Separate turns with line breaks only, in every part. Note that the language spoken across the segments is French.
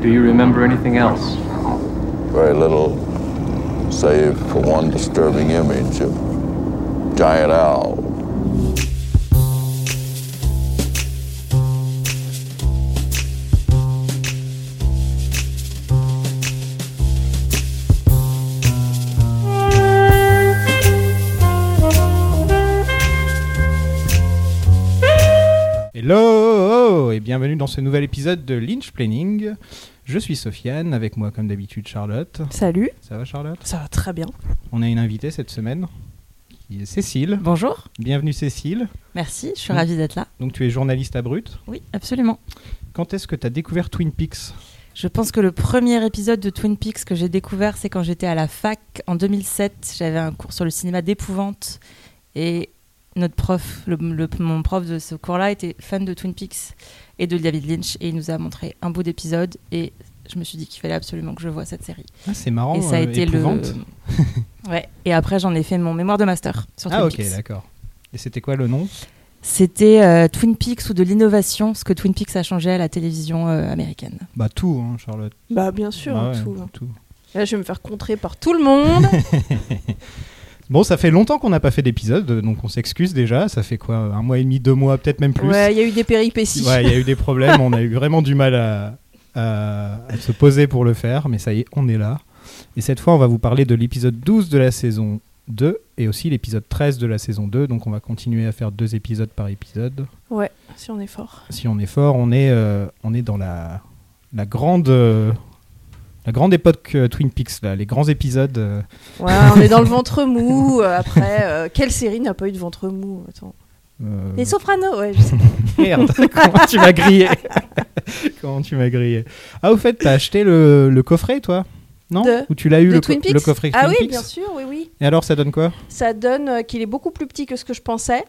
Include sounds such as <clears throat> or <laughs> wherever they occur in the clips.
Do you remember anything else?
Very little, save for one disturbing image of giant owl.
Hello et bienvenue dans ce nouvel épisode de Lynch Planning. Je suis Sofiane, avec moi comme d'habitude Charlotte.
Salut,
Ça va Charlotte
ça va très bien.
On a une invitée cette semaine qui est Cécile.
Bonjour,
Bienvenue Cécile.
merci, je suis
Mm.
ravie d'être là.
Donc tu es journaliste à Brut.
Oui, absolument.
Quand est-ce que tu as découvert Twin Peaks
Je pense que le premier épisode de Twin Peaks que j'ai découvert, c'est quand j'étais à la fac en 2007. J'avais un cours sur le cinéma d'épouvante et notre prof, le- le- mon prof de ce cours-là était fan de Twin Peaks et de David Lynch et il nous a montré un bout d'épisode et je me suis dit qu'il fallait absolument que je vois cette série.
Ah c'est marrant,
et ça a
euh,
été le...
épouvante.
ouais. Et après j'en ai fait mon mémoire de master sur Twin
Ah ok
Peaks.
d'accord. Et c'était quoi le nom
C'était euh, Twin Peaks ou de l'innovation, ce que Twin Peaks a changé à la télévision euh, américaine.
Bah tout hein, Charlotte.
Bah bien sûr,
Ah ouais,
tout. Là, je vais me faire contrer par tout le monde.
<laughs> Bon ça fait longtemps qu'on n'a pas fait d'épisode, donc on s'excuse déjà. Ça fait quoi Un mois et demi, deux mois, peut-être même plus.
Ouais, il y a eu des péripéties.
Ouais, il y a eu des problèmes, on a eu vraiment du mal à, à- à se poser pour le faire, mais ça y est, on est là. Et cette fois, on va vous parler de l'épisode 12 de la saison 2 et aussi l'épisode 13 de la saison 2, donc on va continuer à faire deux épisodes par épisode.
Ouais, si on est fort.
Si on est fort, on est, euh, on est dans la, la grande... euh, la grande époque euh, Twin Peaks, là, les grands épisodes. euh.
Ouais, on est dans le ventre mou. euh, après, euh, quelle série n'a pas eu de ventre mou Attends.
euh,
Les Sopranos, ouais. je sais.
Merde, <laughs> comment tu m'as grillé Comment tu m'as grillé Ah, au fait, t'as acheté le, le coffret, toi Non
De-
Ou tu l'as eu,
De
le,
Twin
co-
Peaks
le coffret
Ah
Twin
oui,
Peaks
bien sûr, oui, oui.
Et alors, ça donne quoi
Ça donne euh, qu'il est beaucoup plus petit que ce que je pensais.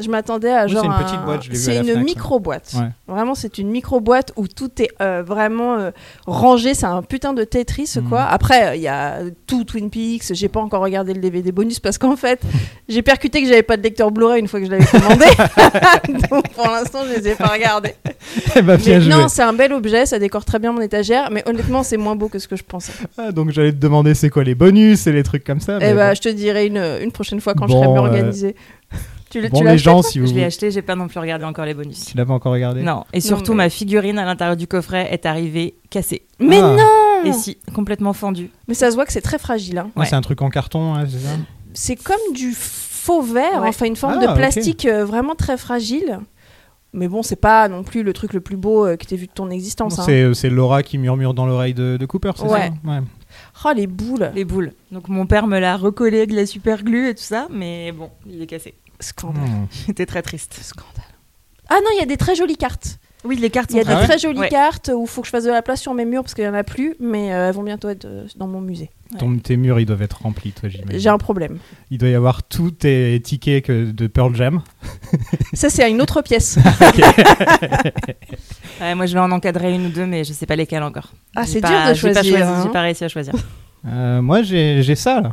Je m'attendais à
Oui,
genre.
c'est une
un-
petite boîte, je l'ai vu à
C'est
la
une
Fnac, ça.
micro-boîte.
Ouais.
Vraiment, c'est une micro-boîte où tout est euh, vraiment euh, rangé. C'est un putain de Tetris,
Mhm.
quoi. Après, euh, il y a tout Twin Peaks. J'ai pas encore regardé le DVD bonus parce qu'en
<laughs>
fait, j'ai percuté que j'avais pas de lecteur Blu-ray une fois que je l'avais commandé. Donc pour l'instant, je les ai pas regardés.
Eh bah, bien
<laughs> Mais
joué.
non, c'est un bel objet. Ça décore très bien mon étagère. Mais honnêtement, c'est moins beau que ce que je pensais.
Ah, donc, j'allais te demander c'est quoi les bonus et les trucs comme ça.
Eh
mais
bah,
bon.
je te dirai une, une prochaine fois quand je
Bon,
serai mieux
euh, <laughs>
organisée. Tu l'as
Bon,
tu l'as
les
acheté,
gens,
toi
si vous.
Je l'ai acheté, j'ai pas non plus regardé encore les bonus.
Tu l'as pas encore regardé
Non, et surtout
mais-
ma figurine à l'intérieur du coffret est arrivée cassée.
Mais
Ah.
non
Et si, complètement fendue.
Mais ça se voit que c'est très fragile. hein.
Ah, C'est un truc en carton, hein, c'est ça
C'est comme du faux verre,
Ouais.
enfin une forme
Ah,
de
ok.
plastique euh, vraiment très fragile. Mais bon, c'est pas non plus le truc le plus beau euh, que t'aies vu de ton
Non,
existence. hein.
C'est euh, c'est Laura qui murmure dans l'oreille de, de Cooper, c'est
Ouais.
ça Ouais.
Oh les boules
Les boules. Donc mon père me l'a recollé avec de la super glue et tout ça, mais bon, il est cassé. <laughs>
Scandale.
Hmm.
J'étais très triste.
Scandale. Ah non, il y a des très jolies cartes.
Oui, les cartes
Il y a
sont
des
Ah ouais
très jolies
Ouais.
cartes où il faut que je fasse de la place sur mes murs parce qu'il y en a plus, mais euh, elles vont bientôt être euh, dans mon musée.
Ton- Tes murs, ils doivent être remplis, toi,
J'ai
j'imagine.
un problème.
Il doit y avoir tous tes tickets que de Pearl Jam.
Ça, c'est une
<laughs>
autre pièce.
Ouais, moi je vais en encadrer une ou deux, mais je sais pas lesquelles encore.
Ah,
J'ai
c'est
pas-
dur de
j'ai pas
choisir,
choisi,
hein.
J'ai pas réussi à choisir.
Euh, moi, j'ai j'ai ça, là.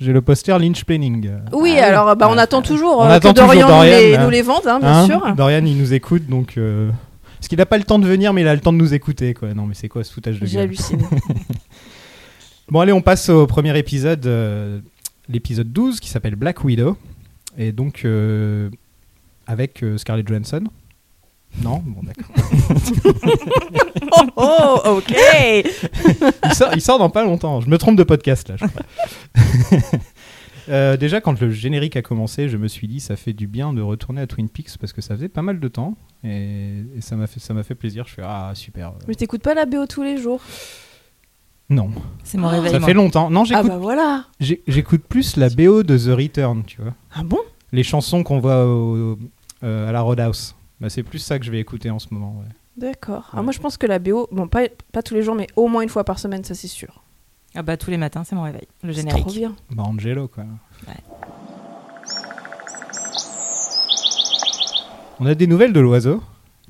J'ai le poster Lynch Planning. euh,
Oui,
Ah oui.
alors bah, on
Ouais.
attend toujours
On
euh,
attend
que Dorian,
toujours
nous, les,
Dorian, hein.
nous les vende, hein, bien
Hein,
sûr.
Dorian, il nous écoute, donc. euh, Parce qu'il n'a pas le temps de venir, mais il a le temps de nous écouter, quoi. Non, mais c'est quoi ce foutage de gueule <laughs>
J'hallucine.
Bon, allez, on passe au premier épisode, euh, l'épisode 12, qui s'appelle Black Widow. Et donc, euh, avec euh, Scarlett Johansson. Non Bon, d'accord.
oh, oh, ok
Il sort, il sort dans pas longtemps. Je me trompe de podcast, là, je crois. Euh, déjà, quand le générique a commencé, je me suis dit, ça fait du bien de retourner à Twin Peaks parce que ça faisait pas mal de temps et, et ça m'a fait, ça m'a fait plaisir. Je suis ah super. euh,
Mais t'écoutes pas la BO tous les jours. Ah,
Non,
C'est mon réveil.
ça
moi.
fait longtemps. Non,
Ah
j'écoute
bah voilà.
J'ai- J'écoute plus la BO de The Return, tu vois.
Ah bon
Les chansons qu'on voit au- au- euh, à la Roadhouse. Bah, c'est plus ça que je vais écouter en ce moment. ouais.
D'accord. Ah,
Ouais.
moi je pense que la BO, bon pas, pas tous les jours, mais au moins une fois par semaine, ça c'est sûr.
Ah bah tous les matins, c'est mon réveil. Le
C'est
générique.
trop bien.
Bah, Angelo, quoi.
Ouais.
On a des nouvelles de l'oiseau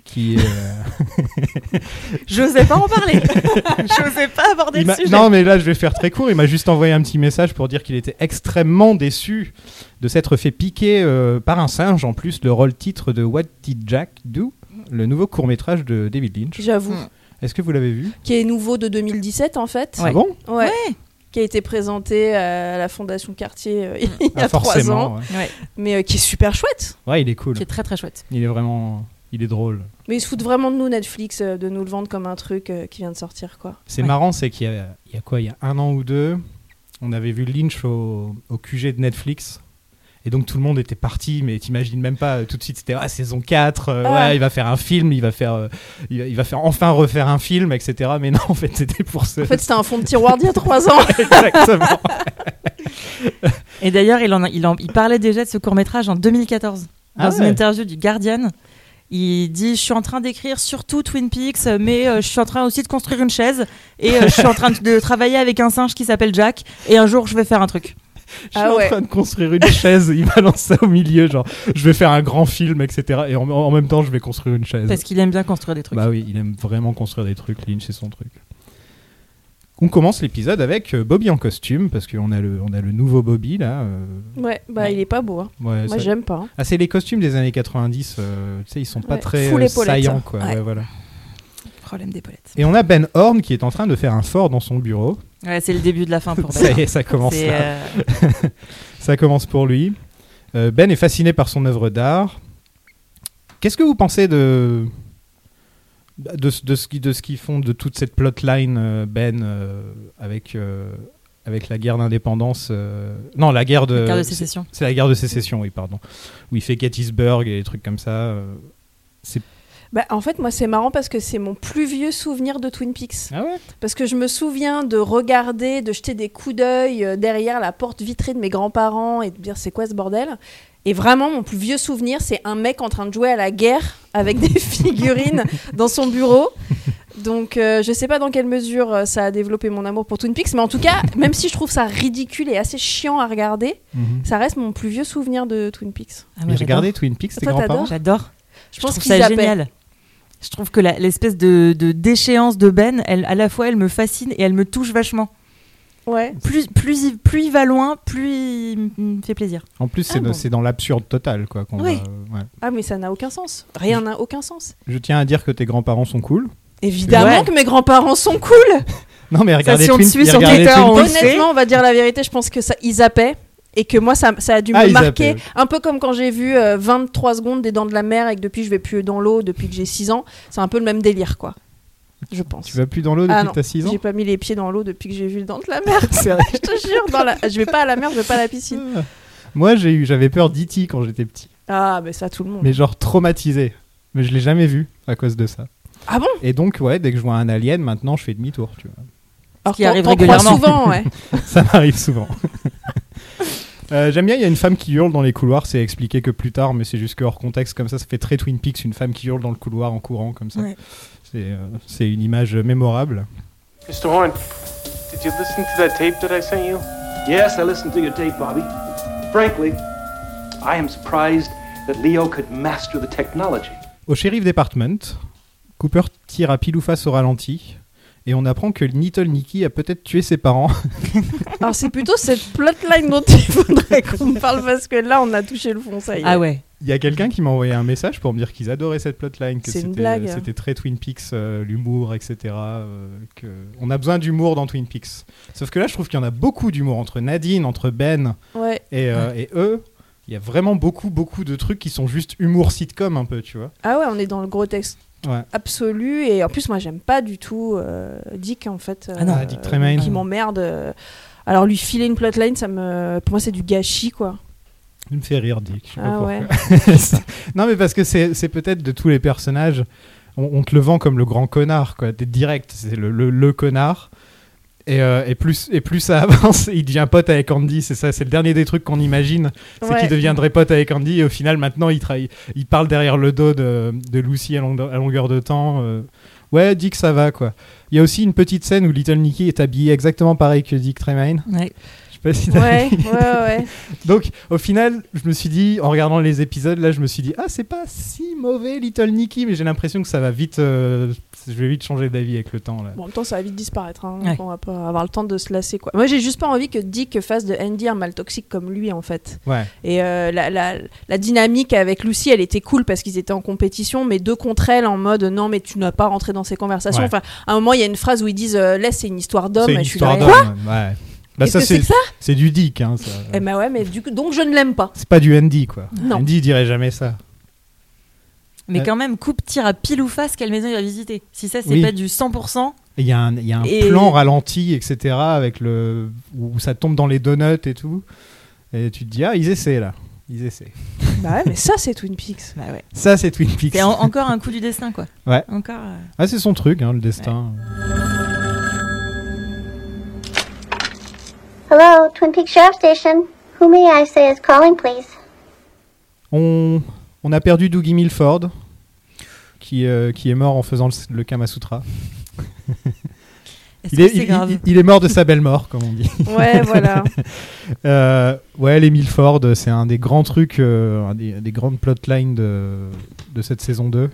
qui.
<laughs>
euh,
Je n'osais pas
<laughs>
en parler. je n'osais pas aborder
il m'a-
le sujet.
non, mais là, je vais faire très court. Il m'a juste envoyé un petit message pour dire qu'il était extrêmement déçu de s'être fait piquer euh, par un singe. En plus, le rôle titre de What Did Jack Do, le nouveau court métrage de David Lynch.
J'avoue.
Mm.
Est-ce que vous l'avez vu
qui est nouveau de 2017 en fait.
Ouais.
Ah bon
Ouais. Qui a été présenté à la Fondation Cartier euh, il y
Ah,
a trois
Forcément.
ans,
ouais.
Ouais,
mais euh, qui est super chouette.
Ouais, il est cool.
qui est très très chouette.
Il est vraiment. Il est drôle.
Mais ils se foutent vraiment de nous, Netflix, euh, de nous le vendre comme un truc euh, qui vient de sortir, quoi.
C'est
Ouais.
marrant, c'est qu'il y a, il y a quoi Il y a un an ou deux, on avait vu Lynch au, au QG de Netflix. Et donc tout le monde était parti, mais t'imagines même pas, euh, tout de suite c'était ah, saison 4, euh,
Ah.
ouais, il va faire un film, il va faire, euh, il, va, il va faire enfin refaire un film, etc. Mais non, en fait c'était pour ce. <laughs>
En fait, c'était un fond de tiroir d'il y a trois ans. <laughs>
Exactement.
Et d'ailleurs, il, en a- il, en- il parlait déjà de ce court métrage en 2014. Dans
Ah
une
ouais.
interview du Guardian, il dit Je suis en train d'écrire surtout Twin Peaks, mais euh, je suis en train aussi de construire une chaise. Et euh, je suis en train de- de travailler avec un singe qui s'appelle Jack. Et un jour, je vais faire un truc.
<laughs> Je suis
Ah ouais.
en train de construire une chaise, il balance ça au milieu, genre je vais faire un grand film, etc. Et en, en même temps je vais construire une chaise.
Parce qu'il aime bien construire des trucs.
Bah oui, il aime vraiment construire des trucs. Lynch, c'est son truc. On commence l'épisode avec euh, Bobby en costume parce qu'on a le, on a le nouveau Bobby là. euh,
Ouais, bah
Ouais.
il est pas beau. hein.
ouais,
Moi,
ça-
j'aime pas. hein.
Ah, c'est les costumes des années 90. euh, tu sais, ils sont pas
Ouais,
très
full
euh,
épaulette.
saillants quoi.
Ouais.
ouais, voilà.
Problème des polettes.
Et on a Ben Horn qui est en train de faire un fort dans son bureau.
Ouais, c'est le début de la fin pour
ça
Ben.
y est, ça commence.
C'est,
là.
euh,
Ça commence pour lui. Euh, ben est fasciné par son œuvre d'art. Qu'est-ce que vous pensez de de, ce- de ce qui- de ce qu'ils font de toute cette plotline euh, Ben euh, avec euh, avec la guerre d'indépendance euh, non la guerre de,
la carte de
c'est-
sécession.
c'est la guerre de sécession oui pardon où il fait Gettysburg et des trucs comme ça euh.
Bah, en fait, moi, c'est marrant parce que c'est mon plus vieux souvenir de Twin Peaks.
ah ouais
Parce que je me souviens de regarder, de jeter des coups d'œil euh, derrière la porte vitrée de mes grands-parents et de me dire c'est quoi ce bordel. Et vraiment, mon plus vieux souvenir, c'est un mec en train de jouer à la guerre avec <laughs> des figurines dans son bureau. Donc, euh, je sais pas dans quelle mesure euh, ça a développé mon amour pour Twin Peaks, mais en tout cas, même si je trouve ça ridicule et assez chiant à regarder, ça reste mon plus vieux souvenir de Twin Peaks.
Ah, moi,
mais
j'adore.
Mhm. regardez Twin Peaks tes
Toi, t'adores
grands-parents
J'adore.
Je
Je
pense
pense
qu'ils
ça
appellent.
génial. Je trouve que la- l'espèce de, de déchéance de Ben, elle, à la fois, elle me fascine et elle me touche vachement.
Ouais.
Plus, plus, il, plus il va loin, plus il m- me fait plaisir.
en plus c'est
Ah
de-
bon.
c'est dans l'absurde total quoi qu'on
Oui.
va- ouais.
Ah, mais ça n'a aucun sens. Rien n'a aucun sens.
je tiens à dire que tes grands-parents sont cool
Évidemment
Ouais.
que mes grands-parents sont cool.
non mais regardez
si on te
Twin,
suit sur
regardez
Twitter,
Twin
on-
Peaks.
le sait.
Honnêtement, on va dire la vérité, je pense que ça, ils zappaient. Et que moi, ça, ça a dû
Ah,
me
ils
marquer.
zappaient,
Un peu comme quand j'ai vu euh, 23 secondes des Dents de la Mer et que depuis, je vais plus dans l'eau depuis que j'ai 6 ans. C'est un peu le même délire, quoi. Je pense.
tu vas plus dans l'eau depuis
Ah
que
non,
t'as 6 ans
J'ai pas mis les pieds dans l'eau depuis que j'ai vu les Dents de la Mer. <laughs>
<laughs>
je te jure, dans la... je vais pas à la mer, je vais pas à la piscine.
Ah. Moi, j'ai eu, j'avais peur d'E.T. quand j'étais petit,
Ah, mais ça, tout le monde.
mais genre traumatisé. Mais je l'ai jamais vu à cause de ça.
Ah bon
Et donc, ouais, dès que je vois un alien, maintenant, je fais demi-tour, tu vois.
Alors
qui
t'en-
arrive
t'en crois
régulièrement. <laughs>
souvent, ouais.
Ça m'arrive souvent. <laughs> Euh, J'aime bien, il y a une femme qui hurle dans les couloirs, c'est expliqué que plus tard, mais c'est juste que hors contexte, comme ça, ça fait très Twin Peaks, une femme qui hurle dans le couloir en courant, comme ça.
Ouais.
C'est euh, c'est une image mémorable.
Mr. Horn, did you listen to that tape that I sent you?
Yes, I listened to your tape, Bobby. Frankly, I am surprised that Leo could master the technology.
Au shérif department, Cooper tire à pile ou face au ralenti, et on apprend que Little Nicky a peut-être tué ses parents.
Alors c'est plutôt cette plotline dont il faudrait qu'on parle parce que là on a touché le fond, ça y est.
Ah ouais.
Il y a quelqu'un qui m'a envoyé un message pour me dire qu'ils adoraient cette plotline, que
C'est une
c'était
blague.
c'était très Twin Peaks, euh, l'humour, etc. euh, que... On a besoin d'humour dans Twin Peaks. Sauf que là, je trouve qu'il y en a beaucoup d'humour entre Nadine, entre Ben
Ouais.
et, euh, et eux. Il y a vraiment beaucoup, beaucoup de trucs qui sont juste humour sitcom un peu, tu vois.
Ah ouais, on est dans le gros texte
Ouais.
absolu et en plus moi j'aime pas du tout euh, Dick en fait. euh,
Ah non.
Ah, Dick Tremaine.
Qui m'emmerde. euh. Alors lui filer une plotline, ça me, pour moi c'est du gâchis quoi.
Il me fait rire, Dick. Je sais pas
Ah
pourquoi.
ouais.
<laughs> non, mais parce que c'est c'est peut-être de tous les personnages, on, on te le vend comme le grand connard, quoi. T'es direct, c'est le, le, le connard. Et, euh, et plus, et plus ça <laughs> avance, il devient pote avec Andy, c'est ça, c'est le dernier des trucs qu'on imagine, <laughs> c'est
Ouais.
qu'il deviendrait pote avec Andy, et au final, maintenant, il, trahit- il parle derrière le dos de, de Lucy à, longue- à longueur de temps. euh, ouais, Dick, ça va, quoi. Il y a aussi une petite scène où Little Nicky est habillé exactement pareil que Dick Tremaine.
Ouais.
Je sais pas si t'as
<laughs> Ouais,
vu.
ouais, ouais.
Donc, au final, je me suis dit, en regardant les épisodes, là, je me suis dit, ah, c'est pas si mauvais Little Nicky, mais j'ai l'impression que ça va vite. euh, je vais vite changer d'avis avec le temps, là.
Bon, en même temps, ça va vite disparaître. hein,
Ouais.
donc On va pas avoir le temps de se lasser. Quoi. Moi, j'ai juste pas envie que Dick fasse de Andy un mal toxique comme lui, en fait.
Ouais.
Et euh, la, la- la dynamique avec Lucy, elle était cool parce qu'ils étaient en compétition, mais deux contre elle en mode non, mais tu n'as pas rentré dans ces conversations.
Ouais.
Enfin, à un moment, il y a une phrase où ils disent euh, là, c'est une histoire d'homme.
C'est
Et
une
je suis
histoire
là,
d'homme.
Quoi
ouais. Bah,
Qu'est-ce que c'est que ça
c'est du dick, hein, ça.
Eh ben ouais, mais du coup, donc je ne l'aime pas.
C'est pas du Andy, quoi.
Non.
Andy, il dirait jamais ça.
Mais
Ouais.
quand même, coupe tire à pile ou face quelle maison il va visiter. Si ça, c'est
Oui.
pas du 100%,
Il y a un, il y a un
Et-
plan ralenti, etc., avec le... où ça tombe dans les donuts et tout. Et tu te dis, ah, ils essaient, là. Ils essaient.
<laughs> bah ouais, mais ça, c'est Twin Peaks.
bah ouais.
Ça, c'est Twin Peaks.
C'est en- encore un coup du destin, quoi.
<laughs> Ouais.
Encore. euh,
Ah, c'est son truc, hein, le destin.
Hello, Twin Peaks Sheriff Station. Who may I say is calling, please?
On, on a perdu Dougie Milford, qui, euh, qui est mort en faisant le, le Kamasutra.
Est-ce
Il est,
que c'est
il-
grave
il- il est mort de sa belle mort, comme on
<laughs>
dit.
<laughs> Ouais, voilà.
Euh, ouais, les Milford, c'est un des grands trucs, euh, un des, des grandes plotlines de, de cette saison 2.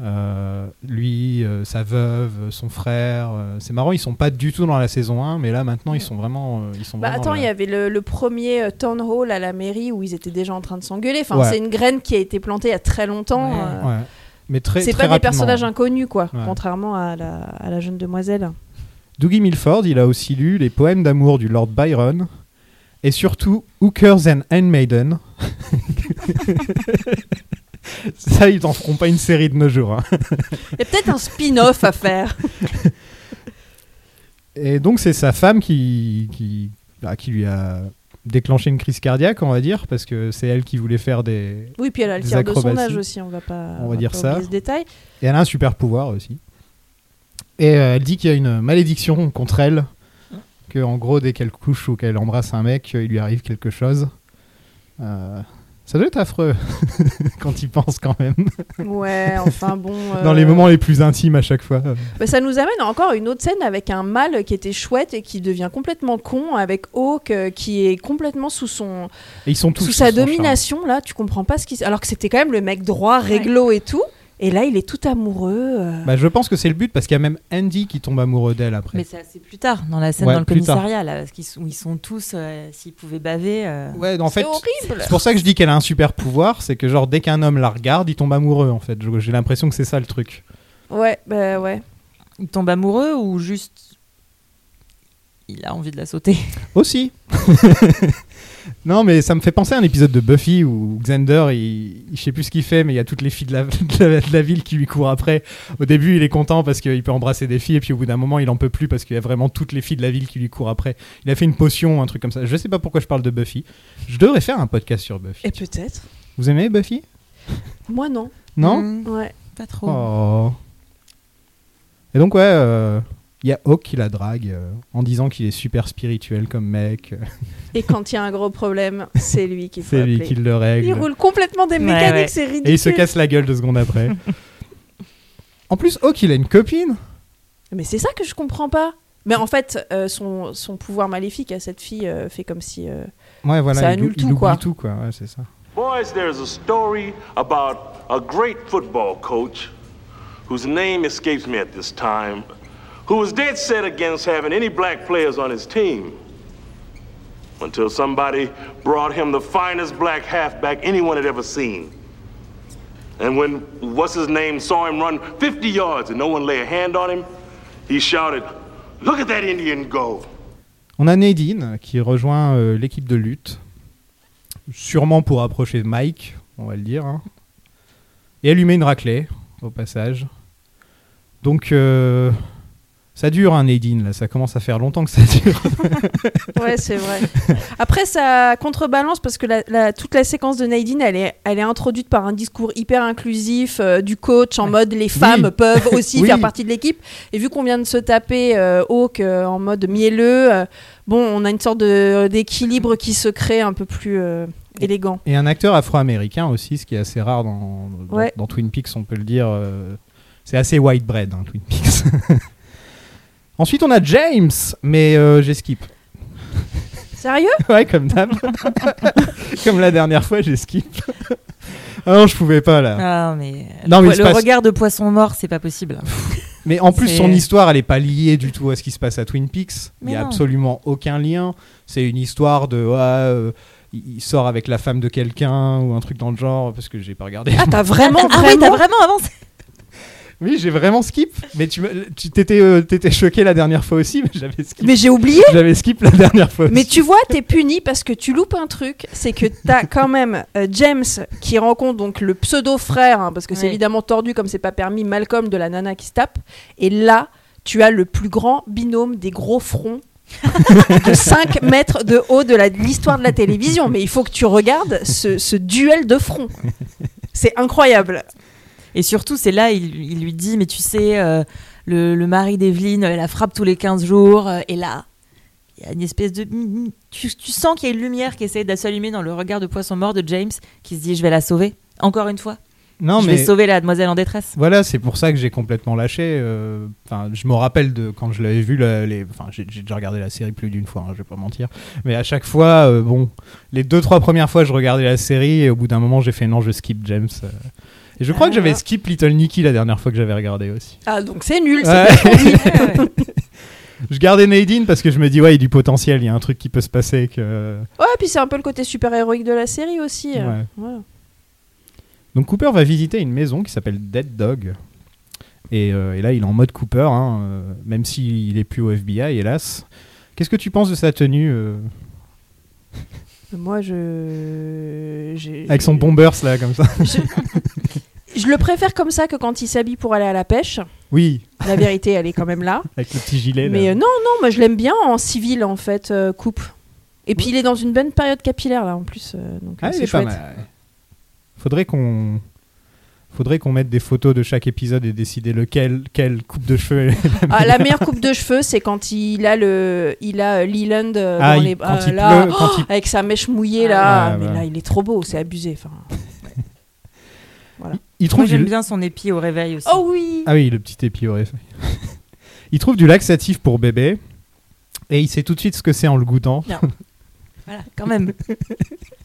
Euh, lui, euh, sa veuve, son frère. euh, c'est marrant, ils sont pas du tout dans la saison 1, mais là maintenant ils sont vraiment. euh, ils sont
Bah
vraiment
attends,
là.
il y avait le, le premier euh, town hall à la mairie où ils étaient déjà en train de s'engueuler. Enfin,
Ouais.
c'est une graine qui a été plantée il y a très longtemps.
Ouais.
euh,
Ouais. Mais très,
C'est
très
pas des
rapidement. hein.
personnages inconnus, quoi,
Ouais.
contrairement à la, à la jeune demoiselle.
Dougie Milford, il a aussi lu les poèmes d'amour du Lord Byron et surtout Hookers and Handmaiden. Ça, ils en feront pas une série de nos jours. hein.
Il y a peut-être un spin-off à faire.
Et donc, c'est sa femme qui, qui, bah, qui lui a déclenché une crise cardiaque, on va dire, parce que c'est elle qui voulait faire des.
Oui, puis elle a le
Des
tiers de son
acrobaties.
âge aussi, on va pas,
On va dire
pas
ça.
oublier ce détail.
Et elle a un super pouvoir aussi. Et euh, elle dit qu'il y a une malédiction contre elle, que en gros, dès qu'elle couche ou qu'elle embrasse un mec, euh, il lui arrive quelque chose. Euh, ça doit être affreux <laughs> quand il pense quand même. <laughs>
Euh. Ouais, enfin bon.
Dans
euh,
les moments les plus intimes à chaque fois.
bah, ça nous amène à encore une autre scène avec un mâle qui était chouette et qui devient complètement con, avec Hawk euh, qui est complètement sous son
Et ils sont tous
sous sa
son charme.
domination. Là, tu comprends pas ce qui. se- Alors que c'était quand même le mec droit, réglo et tout. Et là, il est tout amoureux. euh.
Bah, je pense que c'est le but parce qu'il y a même Andy qui tombe amoureux d'elle après.
Mais ça, c'est plus tard, dans la scène
Ouais,
dans le
plus tard.
commissariat, là, parce qu'ils sont- où ils sont tous, euh, s'ils pouvaient baver. euh,
Ouais, en fait,
c'est horrible.
c'est pour ça que je dis qu'elle a un super pouvoir, c'est que genre dès qu'un homme la regarde, il tombe amoureux en fait. Je- J'ai l'impression que c'est ça le truc.
Ouais, bah ouais.
Il tombe amoureux ou juste. Il a envie de la sauter.
Aussi. <laughs> non, mais ça me fait penser à un épisode de Buffy où Xander, il, il- je sais plus ce qu'il fait, mais il y a toutes les filles de la, <laughs> de la- de la ville qui lui courent après. Au début, il est content parce qu'il peut embrasser des filles, et puis au bout d'un moment, il en peut plus parce qu'il y a vraiment toutes les filles de la ville qui lui courent après. Il a fait une potion, un truc comme ça. Je sais pas pourquoi je parle de Buffy. Je devrais faire un podcast sur Buffy.
Et peut-être.
Vous aimez Buffy
Moi non.
Non
Mm,
Ouais.
Pas trop.
Oh. Et donc, ouais, euh, il y a Hawk qui la drague euh, en disant qu'il est super spirituel comme mec. euh,
Et quand il y a un gros problème, c'est lui qui faut
C'est lui
appeler.
qui le règle.
Il roule complètement des
Ouais,
mécaniques,
ouais.
c'est ridicule.
Et il se casse la gueule deux secondes
<laughs>
après. en plus, Hawk, il a une copine.
Mais c'est ça que je comprends pas. Mais en fait, euh, son, son pouvoir maléfique à cette fille euh, fait comme si. euh,
Ouais, voilà,
Ça
il,
annule
il
tout,
oublie
quoi.
tout, quoi. Ouais, c'est ça.
Boys, there's a story about a great football coach whose name escapes me at this time, who was dead set against having any black players on his team until somebody brought him the finest black halfback anyone had ever seen. And when what's his name saw him run 50 yards and no one lay a hand on him, he shouted, Look at that Indian go!
On a Nadine qui rejoint euh, l'équipe de lutte, sûrement pour approcher Mike, on va le dire. hein. Et elle lui met une raclée, au passage. Donc, euh, ça dure, hein, Nadine, là. Ça commence à faire longtemps que ça <laughs> dure.
Ouais, c'est vrai. <laughs> Après, ça contrebalance parce que la, la- toute la séquence de Nadine, elle est, elle est introduite par un discours hyper inclusif euh, du coach en mode les femmes <laughs> peuvent aussi
Oui.
faire partie de l'équipe. Et vu qu'on vient de se taper euh, Hawk euh, en mode mielleux, euh, bon, on a une sorte de- d'équilibre qui se crée un peu plus euh, élégant.
Et un acteur afro-américain aussi, ce qui est assez rare dans, dans-
Ouais.
dans Twin Peaks, on peut le dire. euh, c'est assez white bread, hein, Twin <laughs> Peaks. Ensuite, on a James, mais euh, j'ai skip.
Sérieux
<laughs> Ouais, comme d'hab. <laughs> comme la dernière fois, j'ai skip. <laughs> ah non, je pouvais pas là.
Ah, mais
Non, mais
le, po-
il se
le
passe-
regard de poisson mort, c'est pas possible.
Mais en plus,
C'est-
son histoire, elle est pas liée du tout à ce qui se passe à Twin Peaks. Il
Mais
y a
non.
absolument aucun lien. C'est une histoire de. ouais, euh, il il sort avec la femme de quelqu'un ou un truc dans le genre, parce que j'ai pas regardé.
Ah, t'as vraiment,
ah oui, t'as
vraiment
vraiment avancé.
Oui, j'ai vraiment skip. Mais tu me- tu t'étais euh, t'étais choqué la dernière fois aussi, mais j'avais skip.
Mais j'ai oublié
J'avais skip la dernière fois.
Mais
aussi.
tu vois, t'es puni parce que tu loupes un truc, c'est que t'as quand même euh, James qui rencontre donc le pseudo frère, hein, parce que c'est
Oui.
évidemment tordu comme c'est pas permis, Malcolm de la nana qui se tape, et là tu as le plus grand binôme des gros fronts de <laughs> 5 mètres de haut de la- de l'histoire de la télévision. Mais il faut que tu regardes ce, ce duel de fronts. C'est incroyable.
Et surtout, c'est là, il, il lui dit, mais tu sais, euh, le, le mari d'Evelyne, elle la frappe tous les 15 jours, euh, et là, il y a une espèce de... mm, Tu, tu sens qu'il y a une lumière qui essaie de s'allumer dans le regard de poisson mort de James, qui se dit, je vais la sauver, encore une fois.
non,
je
mais
vais sauver la demoiselle en détresse.
Voilà, c'est pour ça que j'ai complètement lâché. euh, Enfin, je me rappelle de quand je l'avais vu. la- les, enfin, j'ai j'ai déjà regardé la série plus d'une fois. hein, je vais pas mentir. Mais à chaque fois, euh, bon, les deux trois premières fois, je regardais la série et au bout d'un moment, j'ai fait non, je skip James. euh. Et je crois que j'avais skip Little Nicky la dernière fois que j'avais regardé aussi.
Ah, donc c'est nul. c'est
Ouais.
bien.
<laughs> je gardais Nadine parce que je me dis ouais, il y a du potentiel. Il y a un truc qui peut se passer que.
Ouais, puis c'est un peu le côté super-héroïque de la série aussi. euh,
Ouais.
voilà.
Donc Cooper va visiter une maison qui s'appelle Dead Dog. Et, euh, et là, il est en mode Cooper, hein, euh, même s'il est plus au FBI, hélas. Qu'est-ce que tu penses de sa tenue euh,
Moi, je... j'ai-
avec son bombers là, comme ça <laughs>
Je le préfère comme ça que quand il s'habille pour aller à la pêche.
Oui,
La vérité, elle est quand
<laughs>
même là.
avec le petit gilet. là.
Mais euh, non, non, moi je l'aime bien en civil en fait, euh, coupe. Et puis il est dans une bonne période capillaire là en plus. euh, donc,
Ah,
euh,
il
c'est
est pas
chouette.
mal. ouais. Faudrait qu'on faudrait qu'on mette des photos de chaque épisode et décider lequel quelle coupe de cheveux.
Ah,
<laughs>
la meilleure coupe de cheveux, c'est quand il a le, il a euh, Leland euh,
Ah,
dans
il-
les
quand
ah,
il
là,
pleut, quand il-
avec sa mèche mouillée là. Ah,
Ouais,
mais
ouais.
là, il est trop beau, c'est abusé. Enfin.
il trouve
Moi, j'aime
du-
bien son épi au réveil aussi.
Oh oui.
Ah oui, le petit épi au réveil. <laughs> il trouve du laxatif pour bébé et il sait tout de suite ce que c'est en le goûtant.
Voilà, quand <laughs> même.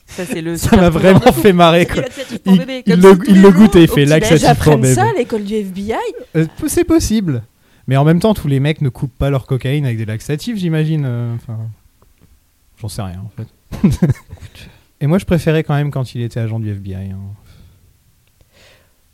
Ça, c'est le...
Ça
super
m'a
pouvoir
vraiment
de fou.
fait marrer
Il
quoi.
a fait tout pour
Il,
bébé,
il
comme
le,
si tous
il
les
le
jours-
goûte et il fait
Là,
laxatif pour
j'apprenne
bébé.
ça à l'école du FBI.
<laughs> Euh, c'est possible. Mais en même temps, tous les mecs ne coupent pas leur cocaïne avec des laxatifs, j'imagine. euh, Enfin, j'en sais rien en fait. et moi, je préférais quand même quand il était agent du FBI. hein.